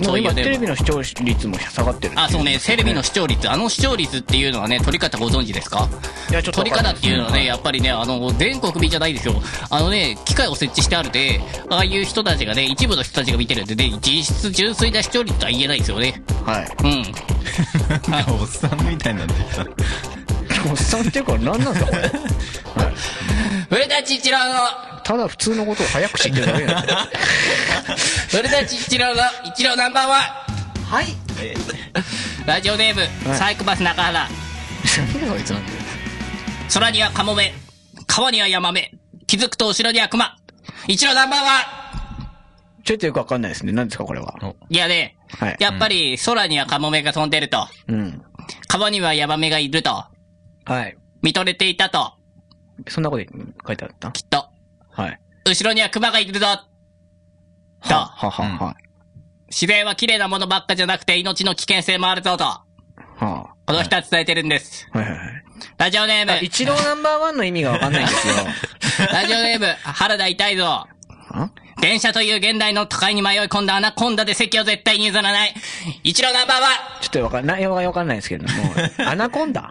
A: そうい
C: 今
A: う
C: テレ
A: で
C: ビ
A: も。
C: の視聴率も下がってる
A: あ、そうね、テレビの視聴率。あの視聴率っていうのはね、取り方ご存知ですか
C: いやちょっとわ
A: 取り
C: かんな
A: 方
C: い
A: っていうのはね、やっぱりね、あの、全国民じゃないですよ。あのね、機械を設置してあるで、ああいう人たちがね、一部の人たちが見てるんでね、実質純粋な視聴率とは言えないですよね。
C: はい
A: うん。
B: なんかおっさんみたいになってきた。
C: おっさんっていうか何なんですかこれ
A: 古舘一郎の、
C: ただ普通のことを早口言ってるだけなんで
A: 古舘一郎の、一郎ナンバーワン
F: はい
A: ラジオネーム、
C: はい
A: サイコパス中原。
C: 何こいつなんだよ
A: 空にはカモメ、川にはヤマメ、気づくと後ろにはクマ。一郎ナンバーワン
C: ちょっとよくわかんないですね何ですかこれはい
A: やね、
C: はい
A: やっぱり空にはカモメが飛んでると、
C: うん
A: 川にはヤマメがいると、
C: はい
A: 見とれていたと、
C: そんなこと書いてあった
A: きっと、
C: はい
A: 後ろにはクマがいるぞと、
C: ははは
A: 自然は綺麗なものばっかじゃなくて命の危険性もあるぞと、
C: は
A: この人は伝えてるんです。
C: あはいはいはい
A: ラジオネーム
C: あ、 一郎ナンバーワンの意味がわかんないんです よ。
A: ラジオネーム、原田痛いぞ。電車という現代の都会に迷い込んだアナコンダで席を絶対に譲らない。一郎ナンバーワン
C: ちょっとわかん、内容がわかんないですけれど も、アナコンダ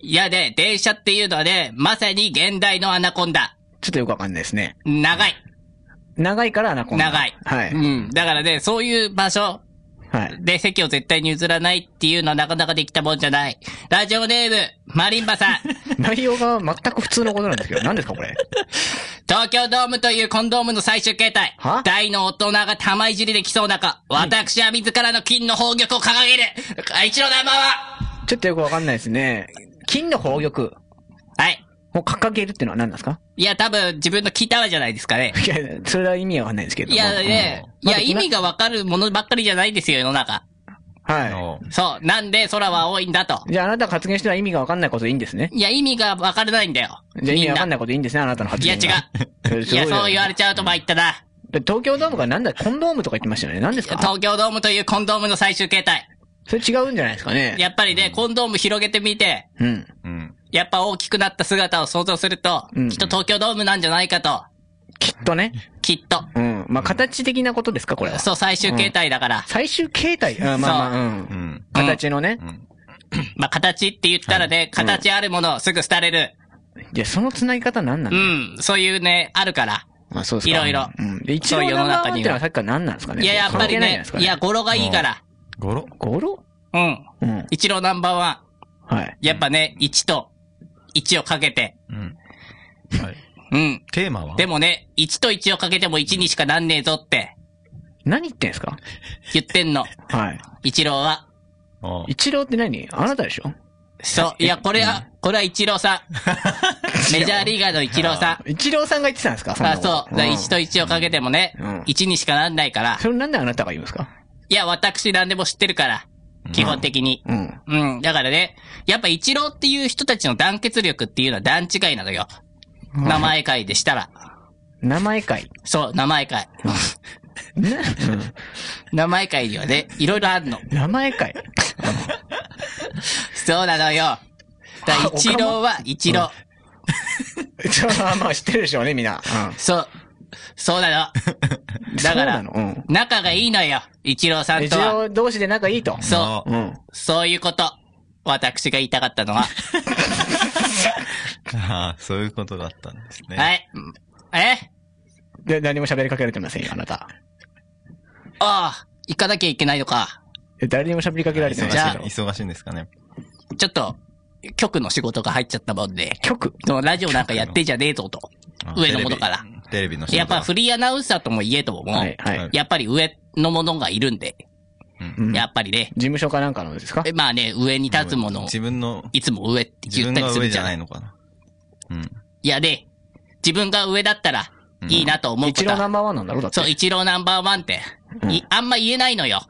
A: いやで、電車っていうのはね、まさに現代のアナコンダ。
C: ちょっとよくわかんないですね。
A: 長い。
C: 長いからアナコンダ。
A: 長い。
C: はい。
A: うん。だからね、そういう場所
C: はい。
A: で席を絶対に譲らないっていうのはなかなかできたもんじゃない。ラジオネーム、マリンバ さん。
C: 内容が全く普通のことなんですけど、何ですかこれ。
A: 東京ドームというコンドームの最終形態
C: は。
A: 大の大人が玉いじりできそうなか。私は自らの金の宝玉を掲げる。一郎ナンバーワン
C: ちょっとよくわかんないですね。金の宝玉
A: はい。
C: を掲げるっていうのは何なんですか
A: いや、多分自分の聞いたわじゃないですかね。
C: いや、それは意味がわかんないですけども。
A: いや、ね、
C: うん
A: いや、
C: まだ
A: 意味がわかるものばっかりじゃないですよ、世の中。
C: は
A: そう。なんで空は青いんだと。
C: い。じゃああなたが発言してるのは意味がわかんないことでいいんですね。
A: いや、意味がわからないんだよ。
C: じゃあ意
A: み
C: 味
A: ん
C: わか
A: な。
C: ん
A: い
C: ないことでいいんですね、あなたの発
A: や、違
C: 言が。
A: う。いや、そう言われちゃうとま言ったな。
C: れ東京ドームがなんだ、コンドームとか言ってましたよね。何ですか
A: 東京ドームというコンドームの最終形態。
C: それ違うんじゃないですかね。
A: やっぱりね、コンドーム広げてみて、
C: うん。
B: うん。
A: やっぱ大きくなった姿を想像すると、
C: うん
A: きっと東京ドームなんじゃないかと。
C: きっとね。
A: きっと。
C: うん。まあ、形的なことですか、これは。
A: そう、最終形態だから。
C: 最終形態。あまあまあ、う。
B: うんん。
C: 形のね。
A: まあ、形って言ったらね、形あるものをすぐ廃れる。
C: じゃその繋ぎ方何な
A: う
C: の
A: ん。そういうね、あるから。
C: まあ、そうですか。
A: いろいろ
C: うん。で、一
A: そう
C: 応
A: 世の
C: 世の
A: 中には
C: 中っていうのはさっきから何なんですかね
A: いや、やっぱりね、いや、
C: や、
A: 語呂がいいから。
B: ゴロ
C: ゴロ
A: うん。
C: うん。
A: 一郎ナンバーワ
C: はい。
A: ン。やっぱね、1と1をかけて。
B: うん。はい。
A: うん。
B: テーマは
A: でもね、1と1をかけても1にしかなんねえぞって
C: 何言ってんですか
A: 言ってんの。
C: はい。
A: 一郎は。
B: あ。
C: 一郎って何あなたでしょ
A: そう。いや、これは、これは一郎さん。メジャーリーガーの一郎さん。
C: 一郎さんが言ってたんですかんな
A: あ、
C: こと
A: そう。だ1と1をかけてもね
C: うん、
A: 1にしかなんないから。
C: それなんであなたが言うんですか
A: いや、私何でも知ってるから。基本的に。
C: うん。
A: うん。だからね、やっぱ一郎っていう人たちの団結力っていうのは段違いなのよ。名前会でしたら。
C: 名前会。
A: そう、名前会。
C: な
A: 名前会にはね、いろいろあるの。
C: 名前会。
A: そうなのよ。だから一郎は一郎。
C: じゃあ、まあ知ってるでしょうね、みんな。
A: そう。そうなの。だか
C: うん。そう
A: ら
C: な、のうん。
A: 仲がいいのよ。一郎さん
C: 一
A: とは。
C: 郎同士で仲いいと。
A: そう
C: うん。
A: う。そういうこと。私が言いたかったのは。
B: ああ、そういうことだったんですね。。
A: はいい。え
C: で、何も喋りかけられてませんよ、あなた。
A: ああ、行かなきゃいけないのか。
C: え誰にも喋りかけられてない
B: 忙
C: で
A: じ
B: しい
C: す
A: ゃ
B: な
A: あ
C: けど。
B: 忙しいんですかね。
A: ちょっと、局の仕事が入っちゃったもんで。
C: 局
A: そのラジオなんかやってんじゃねえぞと。
B: あ
A: 上のものから。。
B: テレビテレビの仕事
A: やっぱフリーアナウンサーとも言えども、
C: はい、はい。事
A: やっぱり上のものがいるんで、
C: うん
A: やっぱりね、
C: 務所かなんかのですか
A: えまあね、上に立つものを、
B: 自分の、
A: いつも上って
B: 自
A: 言っ
B: 分
A: たり
B: が
A: する
B: 上
A: じ
B: じゃ
A: ゃん。
B: ない
A: い
B: のかな。うん。
A: やで、自分が上だったらいいなと思うこ
C: 一
A: と
C: 郎ナ
A: は、
C: ンバーワンなんだろうだって。
A: そう、一郎ナンバーワンって、いあんま言えないのよ。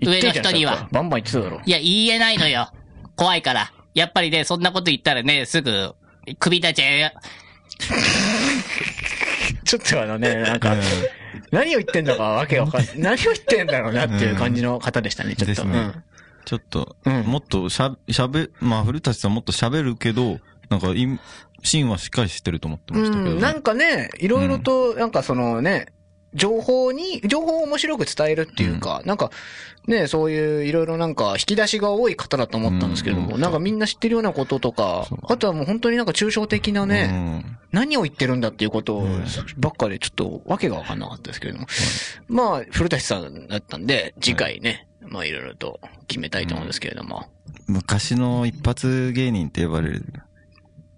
C: 言
A: 上
C: って
A: の
C: んじゃな
A: 人
C: いで
A: に
C: すか
A: は。
C: バンバン言って ただろ。
A: いや、言えないのよ。怖いから。やっぱりね、そんなこと言ったらね、すぐ、首立ちゃうよ。
C: ちょっとあのね、なんか、何を言ってんだかわけわかんない。何を言ってんだろうなっていう感じの方でしたね、ちょ
B: で
C: っと。
B: す
C: う
B: ね
C: ん。
B: ちょっと、
C: うん
B: もっとしゃ、しゃべ、まあ、古舘さんもっと喋るけど、なんか、い芯はしっかりしてると思ってま
C: う
B: したけどね、
C: ん、なんかね、いろいろと、なんかそのね、情報に、情報を面白く伝えるっていうか、なんか、ね、そういういろいろなんか引き出しが多い方だと思ったんですけども、
B: うん
C: なんかみんな知ってるようなこととか、あとはもう本当になんか抽象的なね、
B: うん
C: 何を言ってるんだっていうことばっかでちょっとわけがわかんなかったですけれども。まあ、古舘さんだったんで、次回ね、まあいろいろと決めたいと思うんですけれども。
B: 昔の一発芸人って呼ばれる、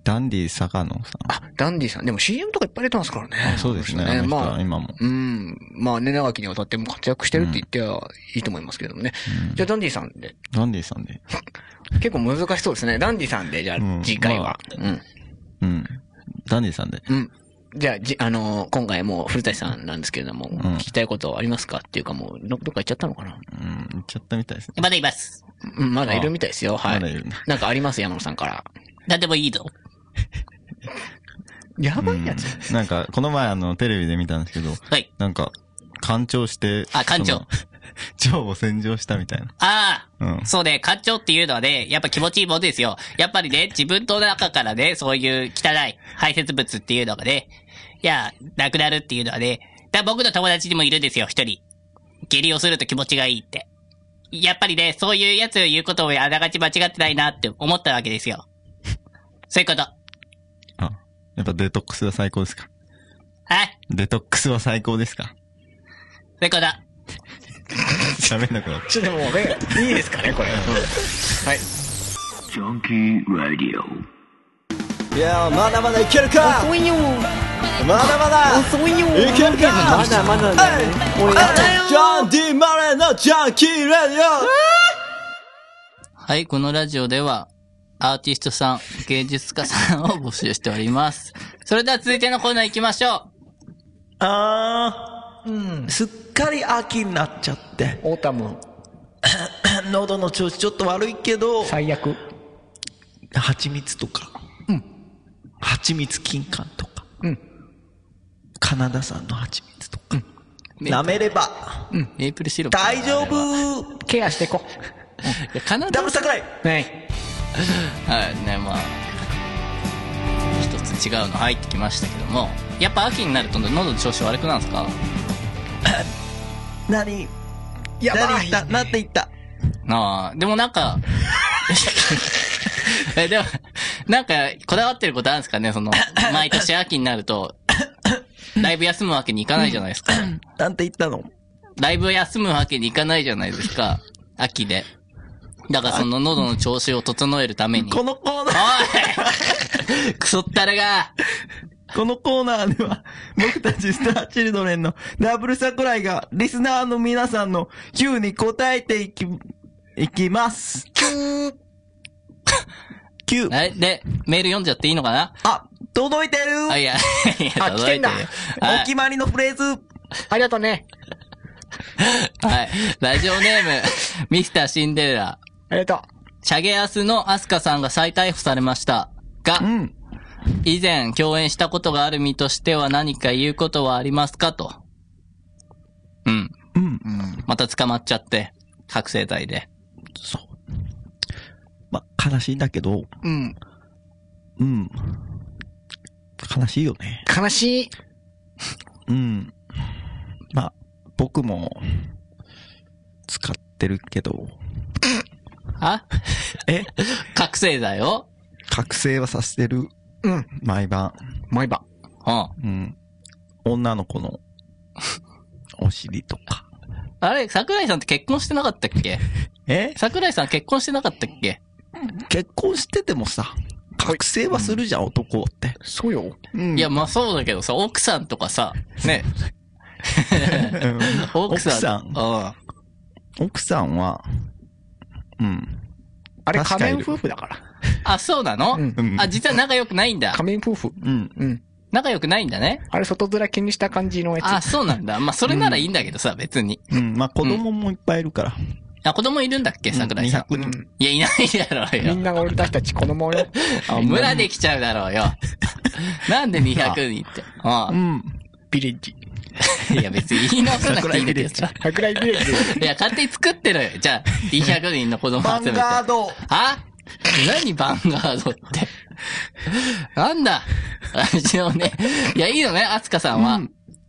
B: ダンディ坂野さん。
C: あ、ダンディさん、でも CM とかいっぱい出てますからね。
B: あそうですね。あの人
C: ま
B: は
C: あ、
B: 今も。
C: うん。まあね、長きにわたっても活躍してるって言ってはいいと思いますけれどもね。じゃあダンディさんで。
B: ダンディさんで。
C: 結構難しそうですね。ダンディさんで、じゃあ
B: うん
C: 次回は。うん。
B: うん。ダンディさんで。
C: うん。じゃあ、じ、あのー今回もう古舘さんなんですけれども、聞きたいことありますかっていうかもう、どどっか行っちゃったのかな
B: うん、行っちゃったみたいですね。
A: まだいます。
C: うんまだいるみたいですよ。は
B: ま
C: い。
B: だいるんだ
C: なんかあります山野さんから。
A: 何でもいいぞ。
C: やば
B: う
C: いやつ。
B: んなんか、この前あの、テレビで見たんですけど、
A: はい。
B: なんか、干潮して、
A: あ干潮
B: その。 蝶を洗浄したみたいな。
A: ああ、
B: うん
A: そうね、課長っていうのはね、やっぱ気持ちいいもんですよ。やっぱりね、自分の中からね、そういう汚い排泄物っていうのがね、いや、なくなるっていうのはね、だ僕の友達にもいるんですよ、一人。下痢をすると気持ちがいいって。やっぱりね、そういうやつを言うことをあながち間違ってないなって思ったわけですよ。そういうこと。
B: あ、やっぱデトックスは最高ですか
A: はい。
B: デトックスは最高ですか
A: そういうこと。
B: 喋んなくなった。
C: ちょっともうね、いいですかね、これ。はい。
D: Junkie Radio.
E: いやーまだまだいけるか
F: 遅いよ
E: まだまだ
F: 遅いよ
E: いけるか
F: まだまだだよ俺
E: ジャンディマレーのジャンキーレディオ
A: はい、このラジオでは、アーティストさん、芸術家さんを募集しており ます。それでは続いてのコーナー行きましょ
G: あー、うん、すっかり秋になっちゃって、
C: オータム、
G: 喉の調子ちょっと悪いけど、
C: 最悪。
G: 蜂蜜とか、うん、蜂蜜金柑とか、
C: うん、
G: カナダ産の蜂蜜とか、舐めれば
A: う。うん、メイプルシロップ。
G: 大丈
A: い
G: 夫
C: ケアしてこ。
A: やカナダ
G: ダブル桜井
C: はい。
A: はい、ね、まあ、一つ違うの入ってきましたけども、やっぱ秋になると喉の調子悪くなるんですか
G: 何
C: やば
G: 何言
C: い
G: っ。た何て言った
A: なあ、でもなん か、え、でも、なんか、こだわってることあるんですかねその、毎年秋になる と、ライブ休むわけにいかないじゃないですか。
G: 何て言ったの
A: ライブ休むわけにいかないじゃないですか。秋で。だからその喉の調子を整えるために。
G: このコーナ
A: お
G: ー、
A: い クソったれが
G: このコーナーで は、僕たちスターチルドレンのダブル桜井が、リスナーの皆さんの Q に答えていき、いきます。Q! Q!
A: え、で、メール読んじゃっていいのかな
G: あ、届いてる、
A: あ、いや、いや、
C: あ来てんだ
A: 届いる
G: お
A: は
G: 決まりのフレーズ
C: ありがとうね。
A: い。はい。ラジオネーム、ミスターシンデレラ。
C: ありがと
A: チャゲアスのアスカさんが再逮捕されました。が、
G: うん。
A: 以前共演したことがある身としては何か言うことはありますかと。うん。
G: うん。
A: また捕まっちゃって、覚醒剤で。
G: そう。ま、悲しいんだけど、
C: う。うん。
G: うん。悲しいよね。
C: 悲しい。
G: うん。まあ、僕も、使ってるけど、
A: あ
G: え
A: 覚醒剤を
G: 覚醒はさせてる。
C: うん。
G: 毎晩。
C: 毎晩。
A: うん。
G: うん。女の子の、お尻とか。
A: あれ、桜井さんって結婚してなかったっけ
G: え
A: 桜井さん結婚してなかったっけ
G: 結婚しててもさ、覚醒はするじゃん、男って。
C: そうよ。
G: うん
A: いや、、まあそうだけどさ、奥さんとかさ、ね。奥さん。
G: 奥さん
A: うん。
G: 奥さんは、うん。
C: あれ、
G: 確
C: 仮
G: かいる
C: 面夫婦だから。
A: あ、そうなの、
C: うん
A: あ、実は仲良くないんだ。
C: 仮面夫婦。
G: うん。
C: うん。
A: 仲良くないんだね。
C: あれ、外面気にした感じの
A: あ、
C: やつ。
A: そうなんだ。まあそれならいいんだけどさ、別に。
G: うん。まあ、子供もいっぱいいるから。
A: あ、子供いるんだっけ桜井さん。
G: 200人。
A: いや、いないだろう
C: み
A: よ
C: ん。な俺たち子供よ。
A: あ村で来ちゃうだろうよ。なんで200人って。
G: う。
A: うん
C: ビレッジ。
A: ん。いや、別に言い直さなくていいんだけどさ。
C: 桜井ビレッジ。
A: いや、勝手に作ってろよ。じゃあ、200人の子供
G: バ
A: 集
G: ン
A: めて。
G: ガード
A: あ何バンガードって。 なんだうちのね、いや、いいのね、アスカさんは。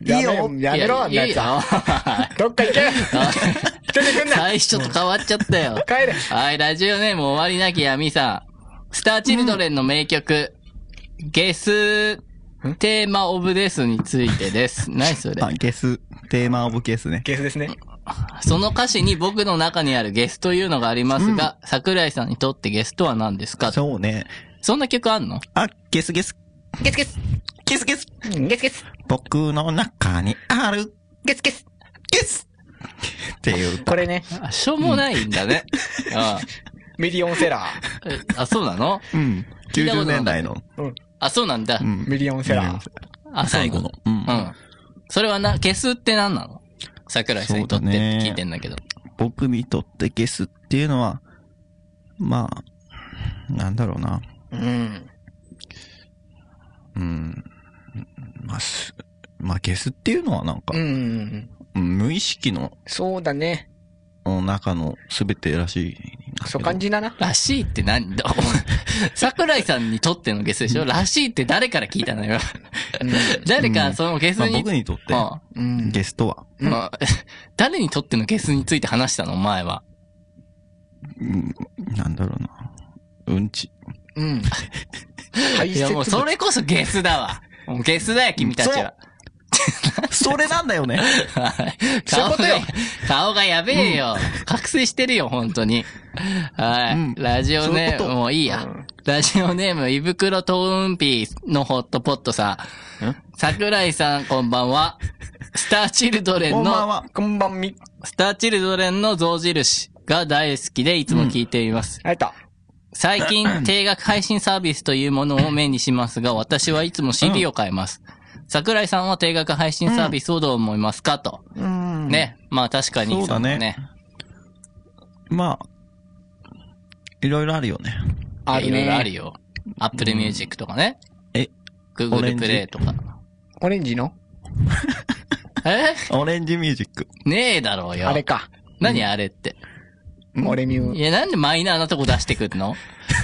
C: やめ
G: いいよ
C: やめろ、あん
A: い
C: な
A: や
C: や
A: い
C: つ
A: いよ。
C: どっか行け人に来んな
A: 最初と変わっちゃったよ。
C: 帰れ
A: はい、ラジオネーム終わりなき闇さん。スターチルドレンの名曲、ゲステーマオブデスについてです。何それ
B: あ、ゲス、テーマオブゲスね。
C: ケースですね。
A: その歌詞に僕の中にあるゲスというのがありますが、桜井さんにとってゲスとは何ですかそ
B: そうね。
A: んな曲あんの
B: あ、ゲスゲス。
C: ゲスゲス
B: ゲスゲス。
C: ゲスゲス
B: 僕の中にある
C: ゲスゲス
B: ゲスっていう。
C: これね、
A: あしょうもないんだね。 あ
C: ミリオンセラ
A: えあ、そうなの
B: うん。
A: 聞いたことなかっ
B: 90
A: た
B: 年代の。
A: あ、そうなんだ。
B: うん
C: ー。ミリオンセラー。
A: あ、そうな
B: 最
A: んだ
B: 後の。。うん
A: うん。それはな、消すって何なの桜井さんにとってって聞いてんだけど。
B: 僕にとってゲスっていうのは、まあ、なんだろうな。
C: うん。
B: うん。まあ、す、まあ、ゲスっていうのはなんか
C: う、ん。
B: うん無意識の
C: そうだね。
B: 中の全てらしいんだけど。
C: そう感じだな。
A: らしいって何だ桜井さんにとってのゲスでしょらしいって誰から聞いたのよ。誰かそのゲス
B: まあ、
A: に。
B: 僕にとって、
A: う
C: うん。
B: ゲストは、
A: んうん 誰にとってのゲスについて話したのお前は。
B: うん、なんだろうな。うんち。
C: うん。
A: いやもうそれこそゲスだわ。もうゲスだよ、君たちは。
B: それなんだよね。
A: はい
C: そうい
A: 顔
C: うことよ
A: が、顔がやべえよ。覚醒してるよ、本当に。はい。
B: うん
A: ラジオネー
B: そういうこ
A: ム、
B: と
A: もういいや。ラジオネーム、胃袋トウンピーのホットポットさん。桜井さん、こんばんは。スターチルドレ
B: こ
A: ン
B: んばん
A: の、
B: は。
C: こんばんみ。
A: スターチルドレンの象印が大好きでいつも聞いています。
C: あえた。
A: 最 近、定額配信サービスというものを目にしますが、私はいつも CD を買います。桜井さんは定額配信サービスをどう思いますかと。ね。まあ確かに
B: そうだね
A: の
B: まあ、いろいろあるよ
A: い
B: ね。
A: や
C: ある
A: いろいろあ
C: ね。
A: るよ。Apple Music とかね。
B: え、オレ
A: Google
B: ンジ
A: Play とか。
C: オレンジの
A: え
B: オレンジミュージック。
A: ねえだろうよ。
C: あれか。
A: 何あれって。
C: オレミ
A: い
C: ュー。
A: や、なんでマイナーなとこ出してくる の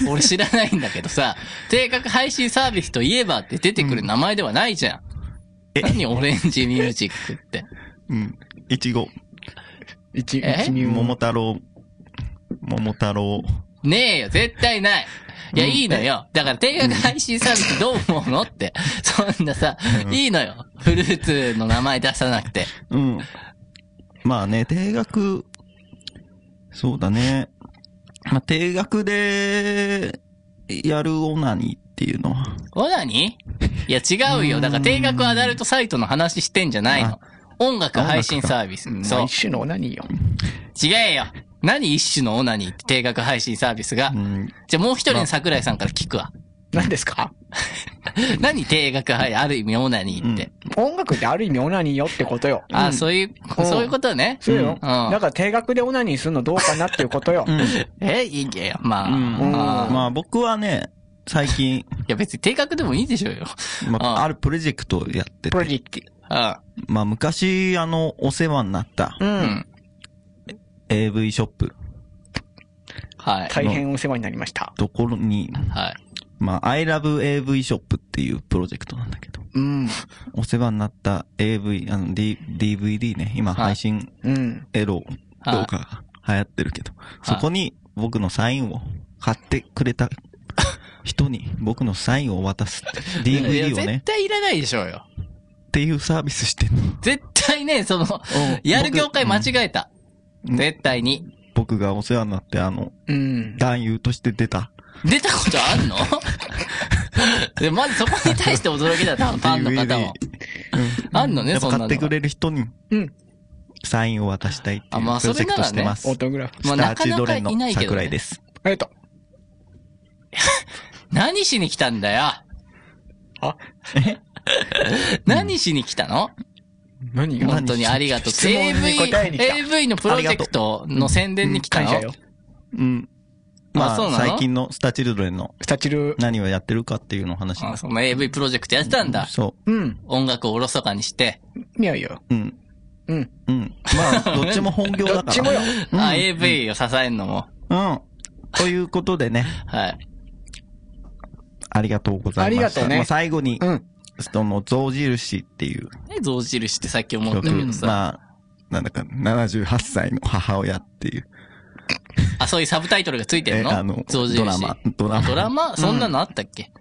A: 俺知らないんだけどさ、定額配信サービスといえばって出てくる名前ではないじゃん。何オレンジミュージックって。
B: うん。いちご。
C: 一、
A: え
C: 一ミュー
B: 桃太郎。桃太郎。
A: ねえよ、絶対ない。いや、いいのよ。だから、定額配信サービスどう思うのって。 そんなさ、いいのよ。フルーツの名前出さなくて。
B: うん。まあね、定額、そうだね。まあ、定額で、やるオナニーっていうのは。
A: オナニーいや、違うよ。だから、定額アダルトサイトの話してんじゃないの。音楽配信サービス。
C: まあ
A: そう。
C: 一種の何よ。
A: 違えよ。何一種のオナニーって定額配信サービスが
B: う。ん。
A: じゃあ、もう一人の桜井さんから聞くわ。
C: 何ですか
A: 何定額配、ある意味オナニーって。
C: 音楽ってある意味オナニーよってことよ。
A: あ、そういう、
C: うん
A: そういうことね。
C: そうよ。
A: うん
C: だから定額でオナニーするのどうかなっていうことよ。
A: え、いいんだよ。まあ。
B: うん
A: あー
B: まあ僕はね、最近、
A: いや、別に定額でもいいでしょうよ。
B: ま
A: あ
B: あ、あるプロジェクトをやって
C: プロ
B: て、
C: ジェクト。
A: あ
B: まあ昔、あの、お世話になった
C: う。
A: あ、うんん。
B: AV ショップ
A: はい。
C: 大変お世話になりました。
B: ところに、
A: はい。
B: まあ、I love AV ショップっていうプロジェクトなんだけど、
C: うん。
B: お世話になった AV、あの、D、DVD ね、今
A: はい
B: 配信
C: うん。
B: エロ動画が流行ってるけど、そこに僕のサインを買ってくれた 人に僕のサインを渡すって
A: いや
B: DVD を
A: 絶
B: ね、
A: 対いらないでしょうよ。
B: っていうサービスしてんの。
A: 絶対ね、その、やる業界間違えた。絶対に。
B: 僕がお世話になって、あの、
C: うん。
B: 男優として出た
A: 出たことあ んので、まずそこに対して驚きだった、ファンの
B: DVD
A: 方も。あんのね、
B: やっ
A: そ
B: ぱ
A: んな
B: 買
A: の
B: っ
A: が
B: て。くれる人に
C: うん、
B: サインを渡したいって
A: あ
B: いう
A: まあ
B: プロジェクトしてます。
C: オートグラフ。
A: まあ
B: スターチドレン
A: なかなかいな
B: の
A: いけどね
B: 桜井です。
C: えっと。
A: 何しに来たんだよ。
C: あ
A: 何しに来たの
C: 何
A: 本当にありがとう。
C: 質問に
A: AV
C: 答えに、来た
A: AV のプロジェクトの宣伝に来た
C: 感謝
A: の
C: よ。
B: うん。
A: あ
B: ま
A: そう
B: あ、
A: なの
B: 最近のスターチルドレンの
C: スタチル。
B: 何をやってるかっていうのを話
A: あその AV プロジェクトやってたんだ。
B: そ
C: うん。
A: 音楽をおろそかにして。
C: いやいや。
B: う。うん。
C: うん。
B: うん。まあ、どっちも本業
C: ど
B: だ
C: っ
B: か
C: ちもよ
B: ら。。
A: あ、AV を支えんのも。
B: うん。ということでね、
A: はい。
B: ありがとうございました。
C: ありがとうね
B: まあ最後に
C: う、ん。
B: 人の象印っていう
A: ね、象印ってさっき思った
B: 曲、
A: けどさ、
B: まあ、なんだか、78歳の母親っていう、
A: あ、そういうサブタイトルがついて
B: え
A: んの
B: あの、
A: 象印。
B: ドラマ、ドラマ。
A: ドラマそんなのあったっけ、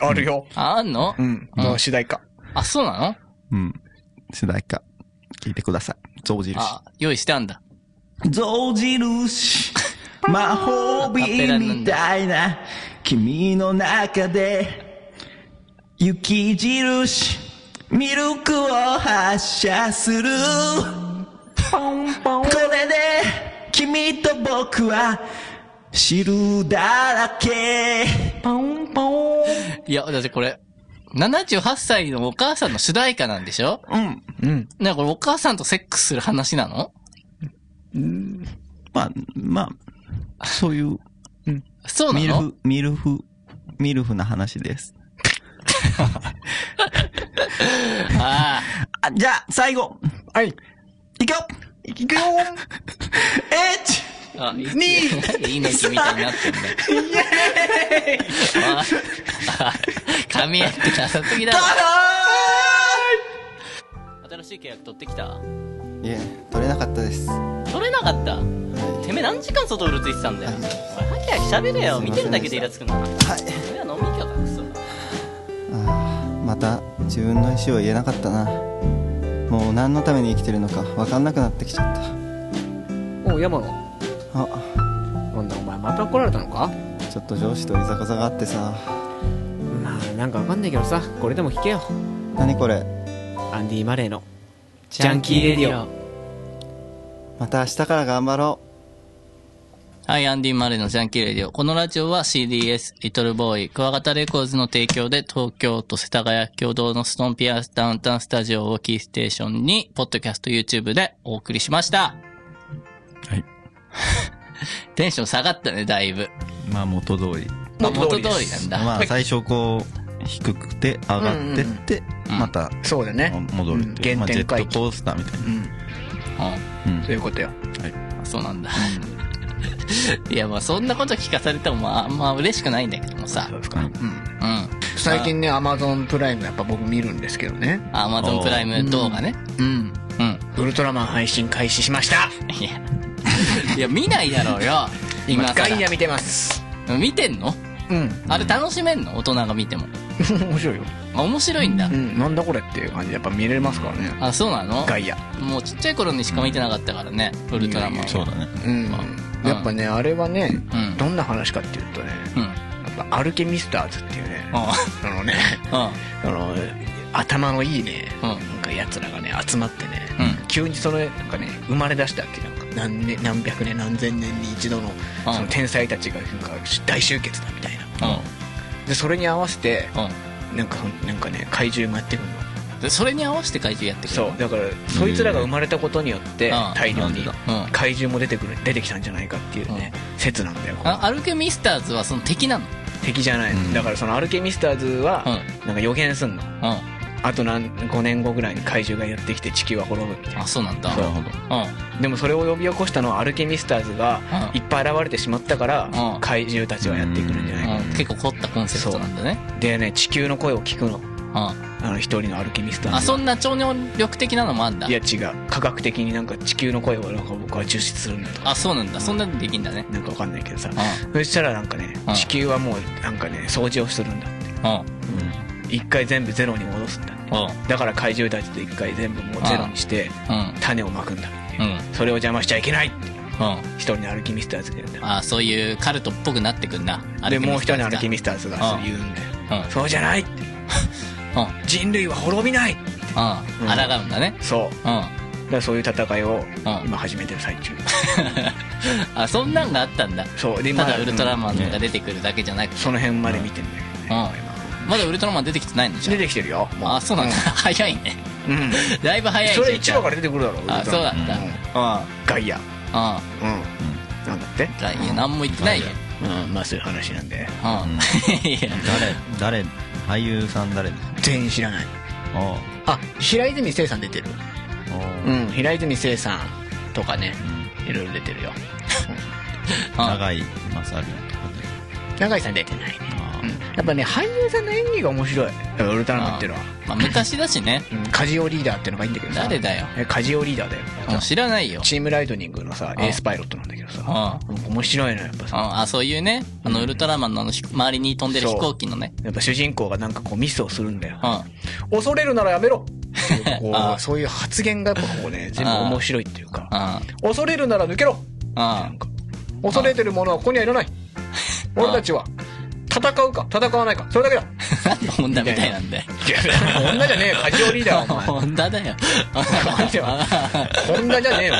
C: あるよ。
A: あ、あんの、
C: うん。
A: うん
C: もう主題歌。
A: あ、そうなの
B: うん。主題歌、聞いてください。象印。
A: あ、用意してあんだ。
B: 象印魔法瓶みたいな君の中で雪印ミルクを発射するこれで君と僕は汁だらけ
A: いや、だってこれ、78歳のお母さんの主題歌なんでしょ
B: うん。
C: うん。
A: なんかこれお母さんとセックスする話なの
B: まあ、まあ、そういう
A: そうな
B: ミル
A: の
B: フ、ミルフ、ミルフな話です。
A: あ
B: あ、じゃあ、最後。
C: はい。
B: いくよ
C: いくよ
B: !H!
A: あ。あ、いいね。いいね、君みたいになってんだ。ああ噛み合ってなさすぎだろ。新しい契約取ってきた
H: いえ取れなかったですは
A: 取れなかったてめえ何時間外うるついてたんだよおいハキハキ喋れよ
H: すいません
A: 見てるだけでイラつくな俺
H: い
A: は飲み行きゃだクソ
H: あーまた自分の意思を言えなかったなもう何のために生きてるのか分かんなくなってきちゃっ
F: おう、山野。
H: たあ
F: なんだお前また怒られたのか
H: ちょっと上司といざこざがあってさ
F: まあ、なんかわかんないけどさ、これでも弾けよ。
H: 何これ
F: アンディ・マレーの。
E: ジャンキーレディオ
H: また明日から頑張ろ
A: はい、アンディ・マレーのジャンキーレディオ。このラジオは CDS、リトルボーイ、クワガタレコーズの提供で東京都世田谷共同のストンピアスダウンタウンスタジオをキーステーションに、ポッドキャスト YouTube でお送りしました。
B: はい。
A: テンション下がったね、だいぶ。
B: まあ、元通り。
A: まあ
C: 元
A: 元通
C: 通り
A: り
C: です
A: なんだ。
B: まあ、最初こう、低くて上がってって、
A: うん
B: また
C: そうだね。
B: 戻るっていう。
C: うん
B: まあ、
C: 原
B: ジェ
C: 点回
B: ッ
C: 帰
B: トコースターみたいな。
A: う
B: うん
C: そういうことよ。
A: ん、そうなんだ。 いや、まあそんなこと聞かされても、まあ、あんまあ嬉しくないんだけどもさ。
C: ですか。うん。
A: うん。
C: 最近ね、アマゾンプライムやっぱ僕見るんですけどね。
A: アマゾンプライム動画ね。
C: うん。
A: うん。
C: ウルトラマン配信開始しました。
A: いや、いや見ないだろうよ。今
C: 今、
A: さ
C: ガイア見てます。
A: 見てんの
C: うん。
A: あれ楽しめんの大人が見ても。
C: 面白いよ。
A: あ、面白いんだ
C: う。ん。なんだこれっていう感じでやっぱ見れますからね。
A: あ、そうなの
C: ガイア。
A: もうちっちゃい頃にしか見てなかったからね、ウルトラマンは。
B: そうだね。
C: うん。やっぱね、あれはね
A: うん、
C: どんな話かっていうとね、
A: うん。
C: やっぱアルケミスターズっていうね、あのね、
A: うん。うん。
C: あの、頭のいいね、
A: うん
C: なんか奴らがね、集まってね、
A: うん
C: 急にその、なんかね、生まれ出したっけ、なんか何年、何百年、何千年に一度の、
A: うん
C: その天才たちが、なんか大集結だみたいな。
A: う
C: で、それに合わせて、
A: ん。うん。
C: なんか、なんかね、怪獣がやってくるの。
A: でそれに合わせて怪獣やってくる
C: そう、だから、そいつらが生まれたことによって
A: うん、
C: 大量に
B: なん
A: だうん
C: 怪獣も出てくる、出てきたんじゃないかっていうね、説なんだよ。
A: あアルケミスターズはその敵なの
C: 敵じゃない。
B: うん
C: だから、そのアルケミスターズは、なんか予言すんの。
A: うん
C: あと何5年後ぐらいに怪獣がやってきて地球は滅ぶみたいな
A: あそうなんだ
B: なるほど。
A: うん
C: でもそれを呼び起こしたのはアルケミスターズが
A: うん
C: いっぱい現れてしまったから
A: うん
C: 怪獣たちはやってくるんじゃないか
A: うん結構凝ったコンセプトなんだね
C: でね地球の声を聞くの
A: うん
C: あの一人のアルケミスターズ
A: あそ
C: ん
A: んな超能力的なのもあんだ
C: いや違う科学的になんか地球の声をなんか僕は抽出するんだとか
A: あそうなんだそんなのできんだね
C: なんかわかんないけどさ
A: う
C: そしたらなんかね
A: うん
C: 地球はもうなんかね掃除をするんだって
A: んうん
C: 一回全部ゼロに戻すんだって
A: うん
C: だから怪獣たちと一回全部もうゼロにして
A: うん
C: 種をまくんだっていう
A: うん
C: それを邪魔しちゃいけないって
A: う
C: 一人のアルケミスターズが言うんだ
A: んあそういうカルトっぽくなってくんな
C: でもう一人のアルケミ
A: ス
C: スターズがそう言うんだよ、
A: ターズ
C: そうじゃないって
A: うん
C: 人類は滅びない
A: うんうん
C: うん
A: 抗うんだね
C: そう
A: うん
C: だからそういう戦いを今始めてる最中、
A: あそんなんがあったんだ
C: そうで
A: ただウルトラマ
C: ン、
A: ンが出てくるだけじゃなく
C: うんその辺まで見てんだけどね、
A: まだウルトラマン出てきてないのじ
C: 今
A: ゃ
C: 出てきてるよも
A: ああそうなんだ 早いね
C: うん、うん
A: だいぶ早いじ
C: そ
A: ゃん
C: れ一話から出てくるだろウルトラマン
A: あそうなんだ
C: うん
A: うん
C: ガイアうん
A: あ
C: なんだって
A: あ、いや、何も言ってないよ。
C: うんまあそういう話なんで
A: うん。 いや、
B: 誰、誰、俳優さん誰ですか
C: 全員知らない
B: あ
C: あ平泉聖さん出てる
B: ああ
C: う
B: あ
C: ん平泉聖さんとかねいろいろ出てるよ
A: うん
B: 長井勝る。
C: 永井さん出てないね
B: あ
C: やっぱね俳優さんの演技が面白いウルトラマンっていうのは、
A: まあ、昔だしね。
C: うん、カジオリーダーっていうのがいいんだけどさ
A: 誰だよ
C: えカジオリーダーだよ
A: もう知らないよ。
C: チームライトニングのさ
A: うん
C: エースパイロットなんだけどさ
A: う
C: 面白いのやっぱさ
A: あ、あそういうね、あの、ウルトラマンのあの、ひ周りに飛んでる飛行機のね。
C: やっぱ主人公がなんかこうミスをするんだよ
A: うん。
C: 恐れるならや めろっていうこ
A: ああ
C: うそういう発言がやっぱこうね全部面白いっていうか
A: うん。
C: 恐れるなら抜けろ
A: うん。
C: 恐れてるものはここにはいらない俺たちは戦うか戦わないかそれだけだ
A: なんでホンダみたいなんだよ。
C: い や女じゃねえよカジオリーダーはお前
A: ホンダだよ。
C: 待てよホンダじゃねえよ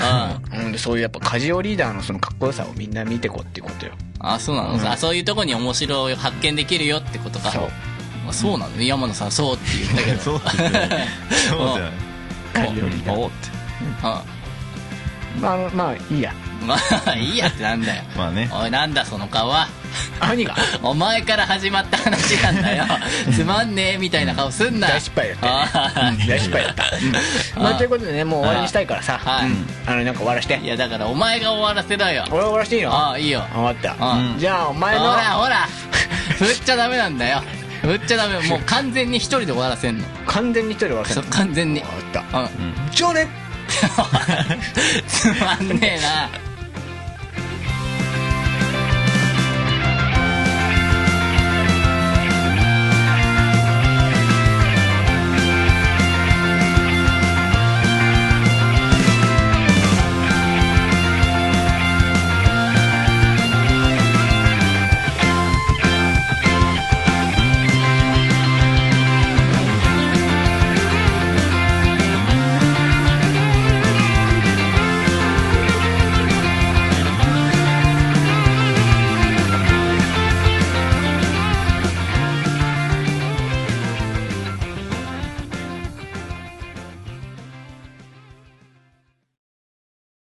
A: あ
C: お前、うん、でそういうやっぱカジオリーダーのそのかっこよさをみんな見てこうっていうことよ
A: あ、そうなの、あ、そういうとこに面白い発見できるよってことか。
C: そう
A: あそうなの、山野さん そうって言ったけど。
G: そうですよね。そうじゃない。
A: カジオリおおって。
C: まあまあ いいや
A: うん。まあ、いいやってなんだよ。
G: まあね。
A: おい、なんだその顔は。
C: 兄が
A: お前から始まった話なんだよ。つまんねえみたいな顔すんな。
C: 大失敗だった
A: あ
C: 大失敗だったまあということでねもう終わりにしたいからさ
A: あはい
C: あのなんか終わらして
A: いや、だからお前が終わらせろよ。
C: 俺は終わらしていいの
A: ああ、いいよ。
C: 分かった
A: あ
C: じゃあお前
A: ほ
C: の
A: らほら振っちゃダメなんだよ振っちゃダメ もう完全に一人で終わらせんの
C: 完全に一人で終わらせ
A: そう
C: る
A: 完全に
C: 分かった
A: うん
C: じゃあね
A: つまんねえな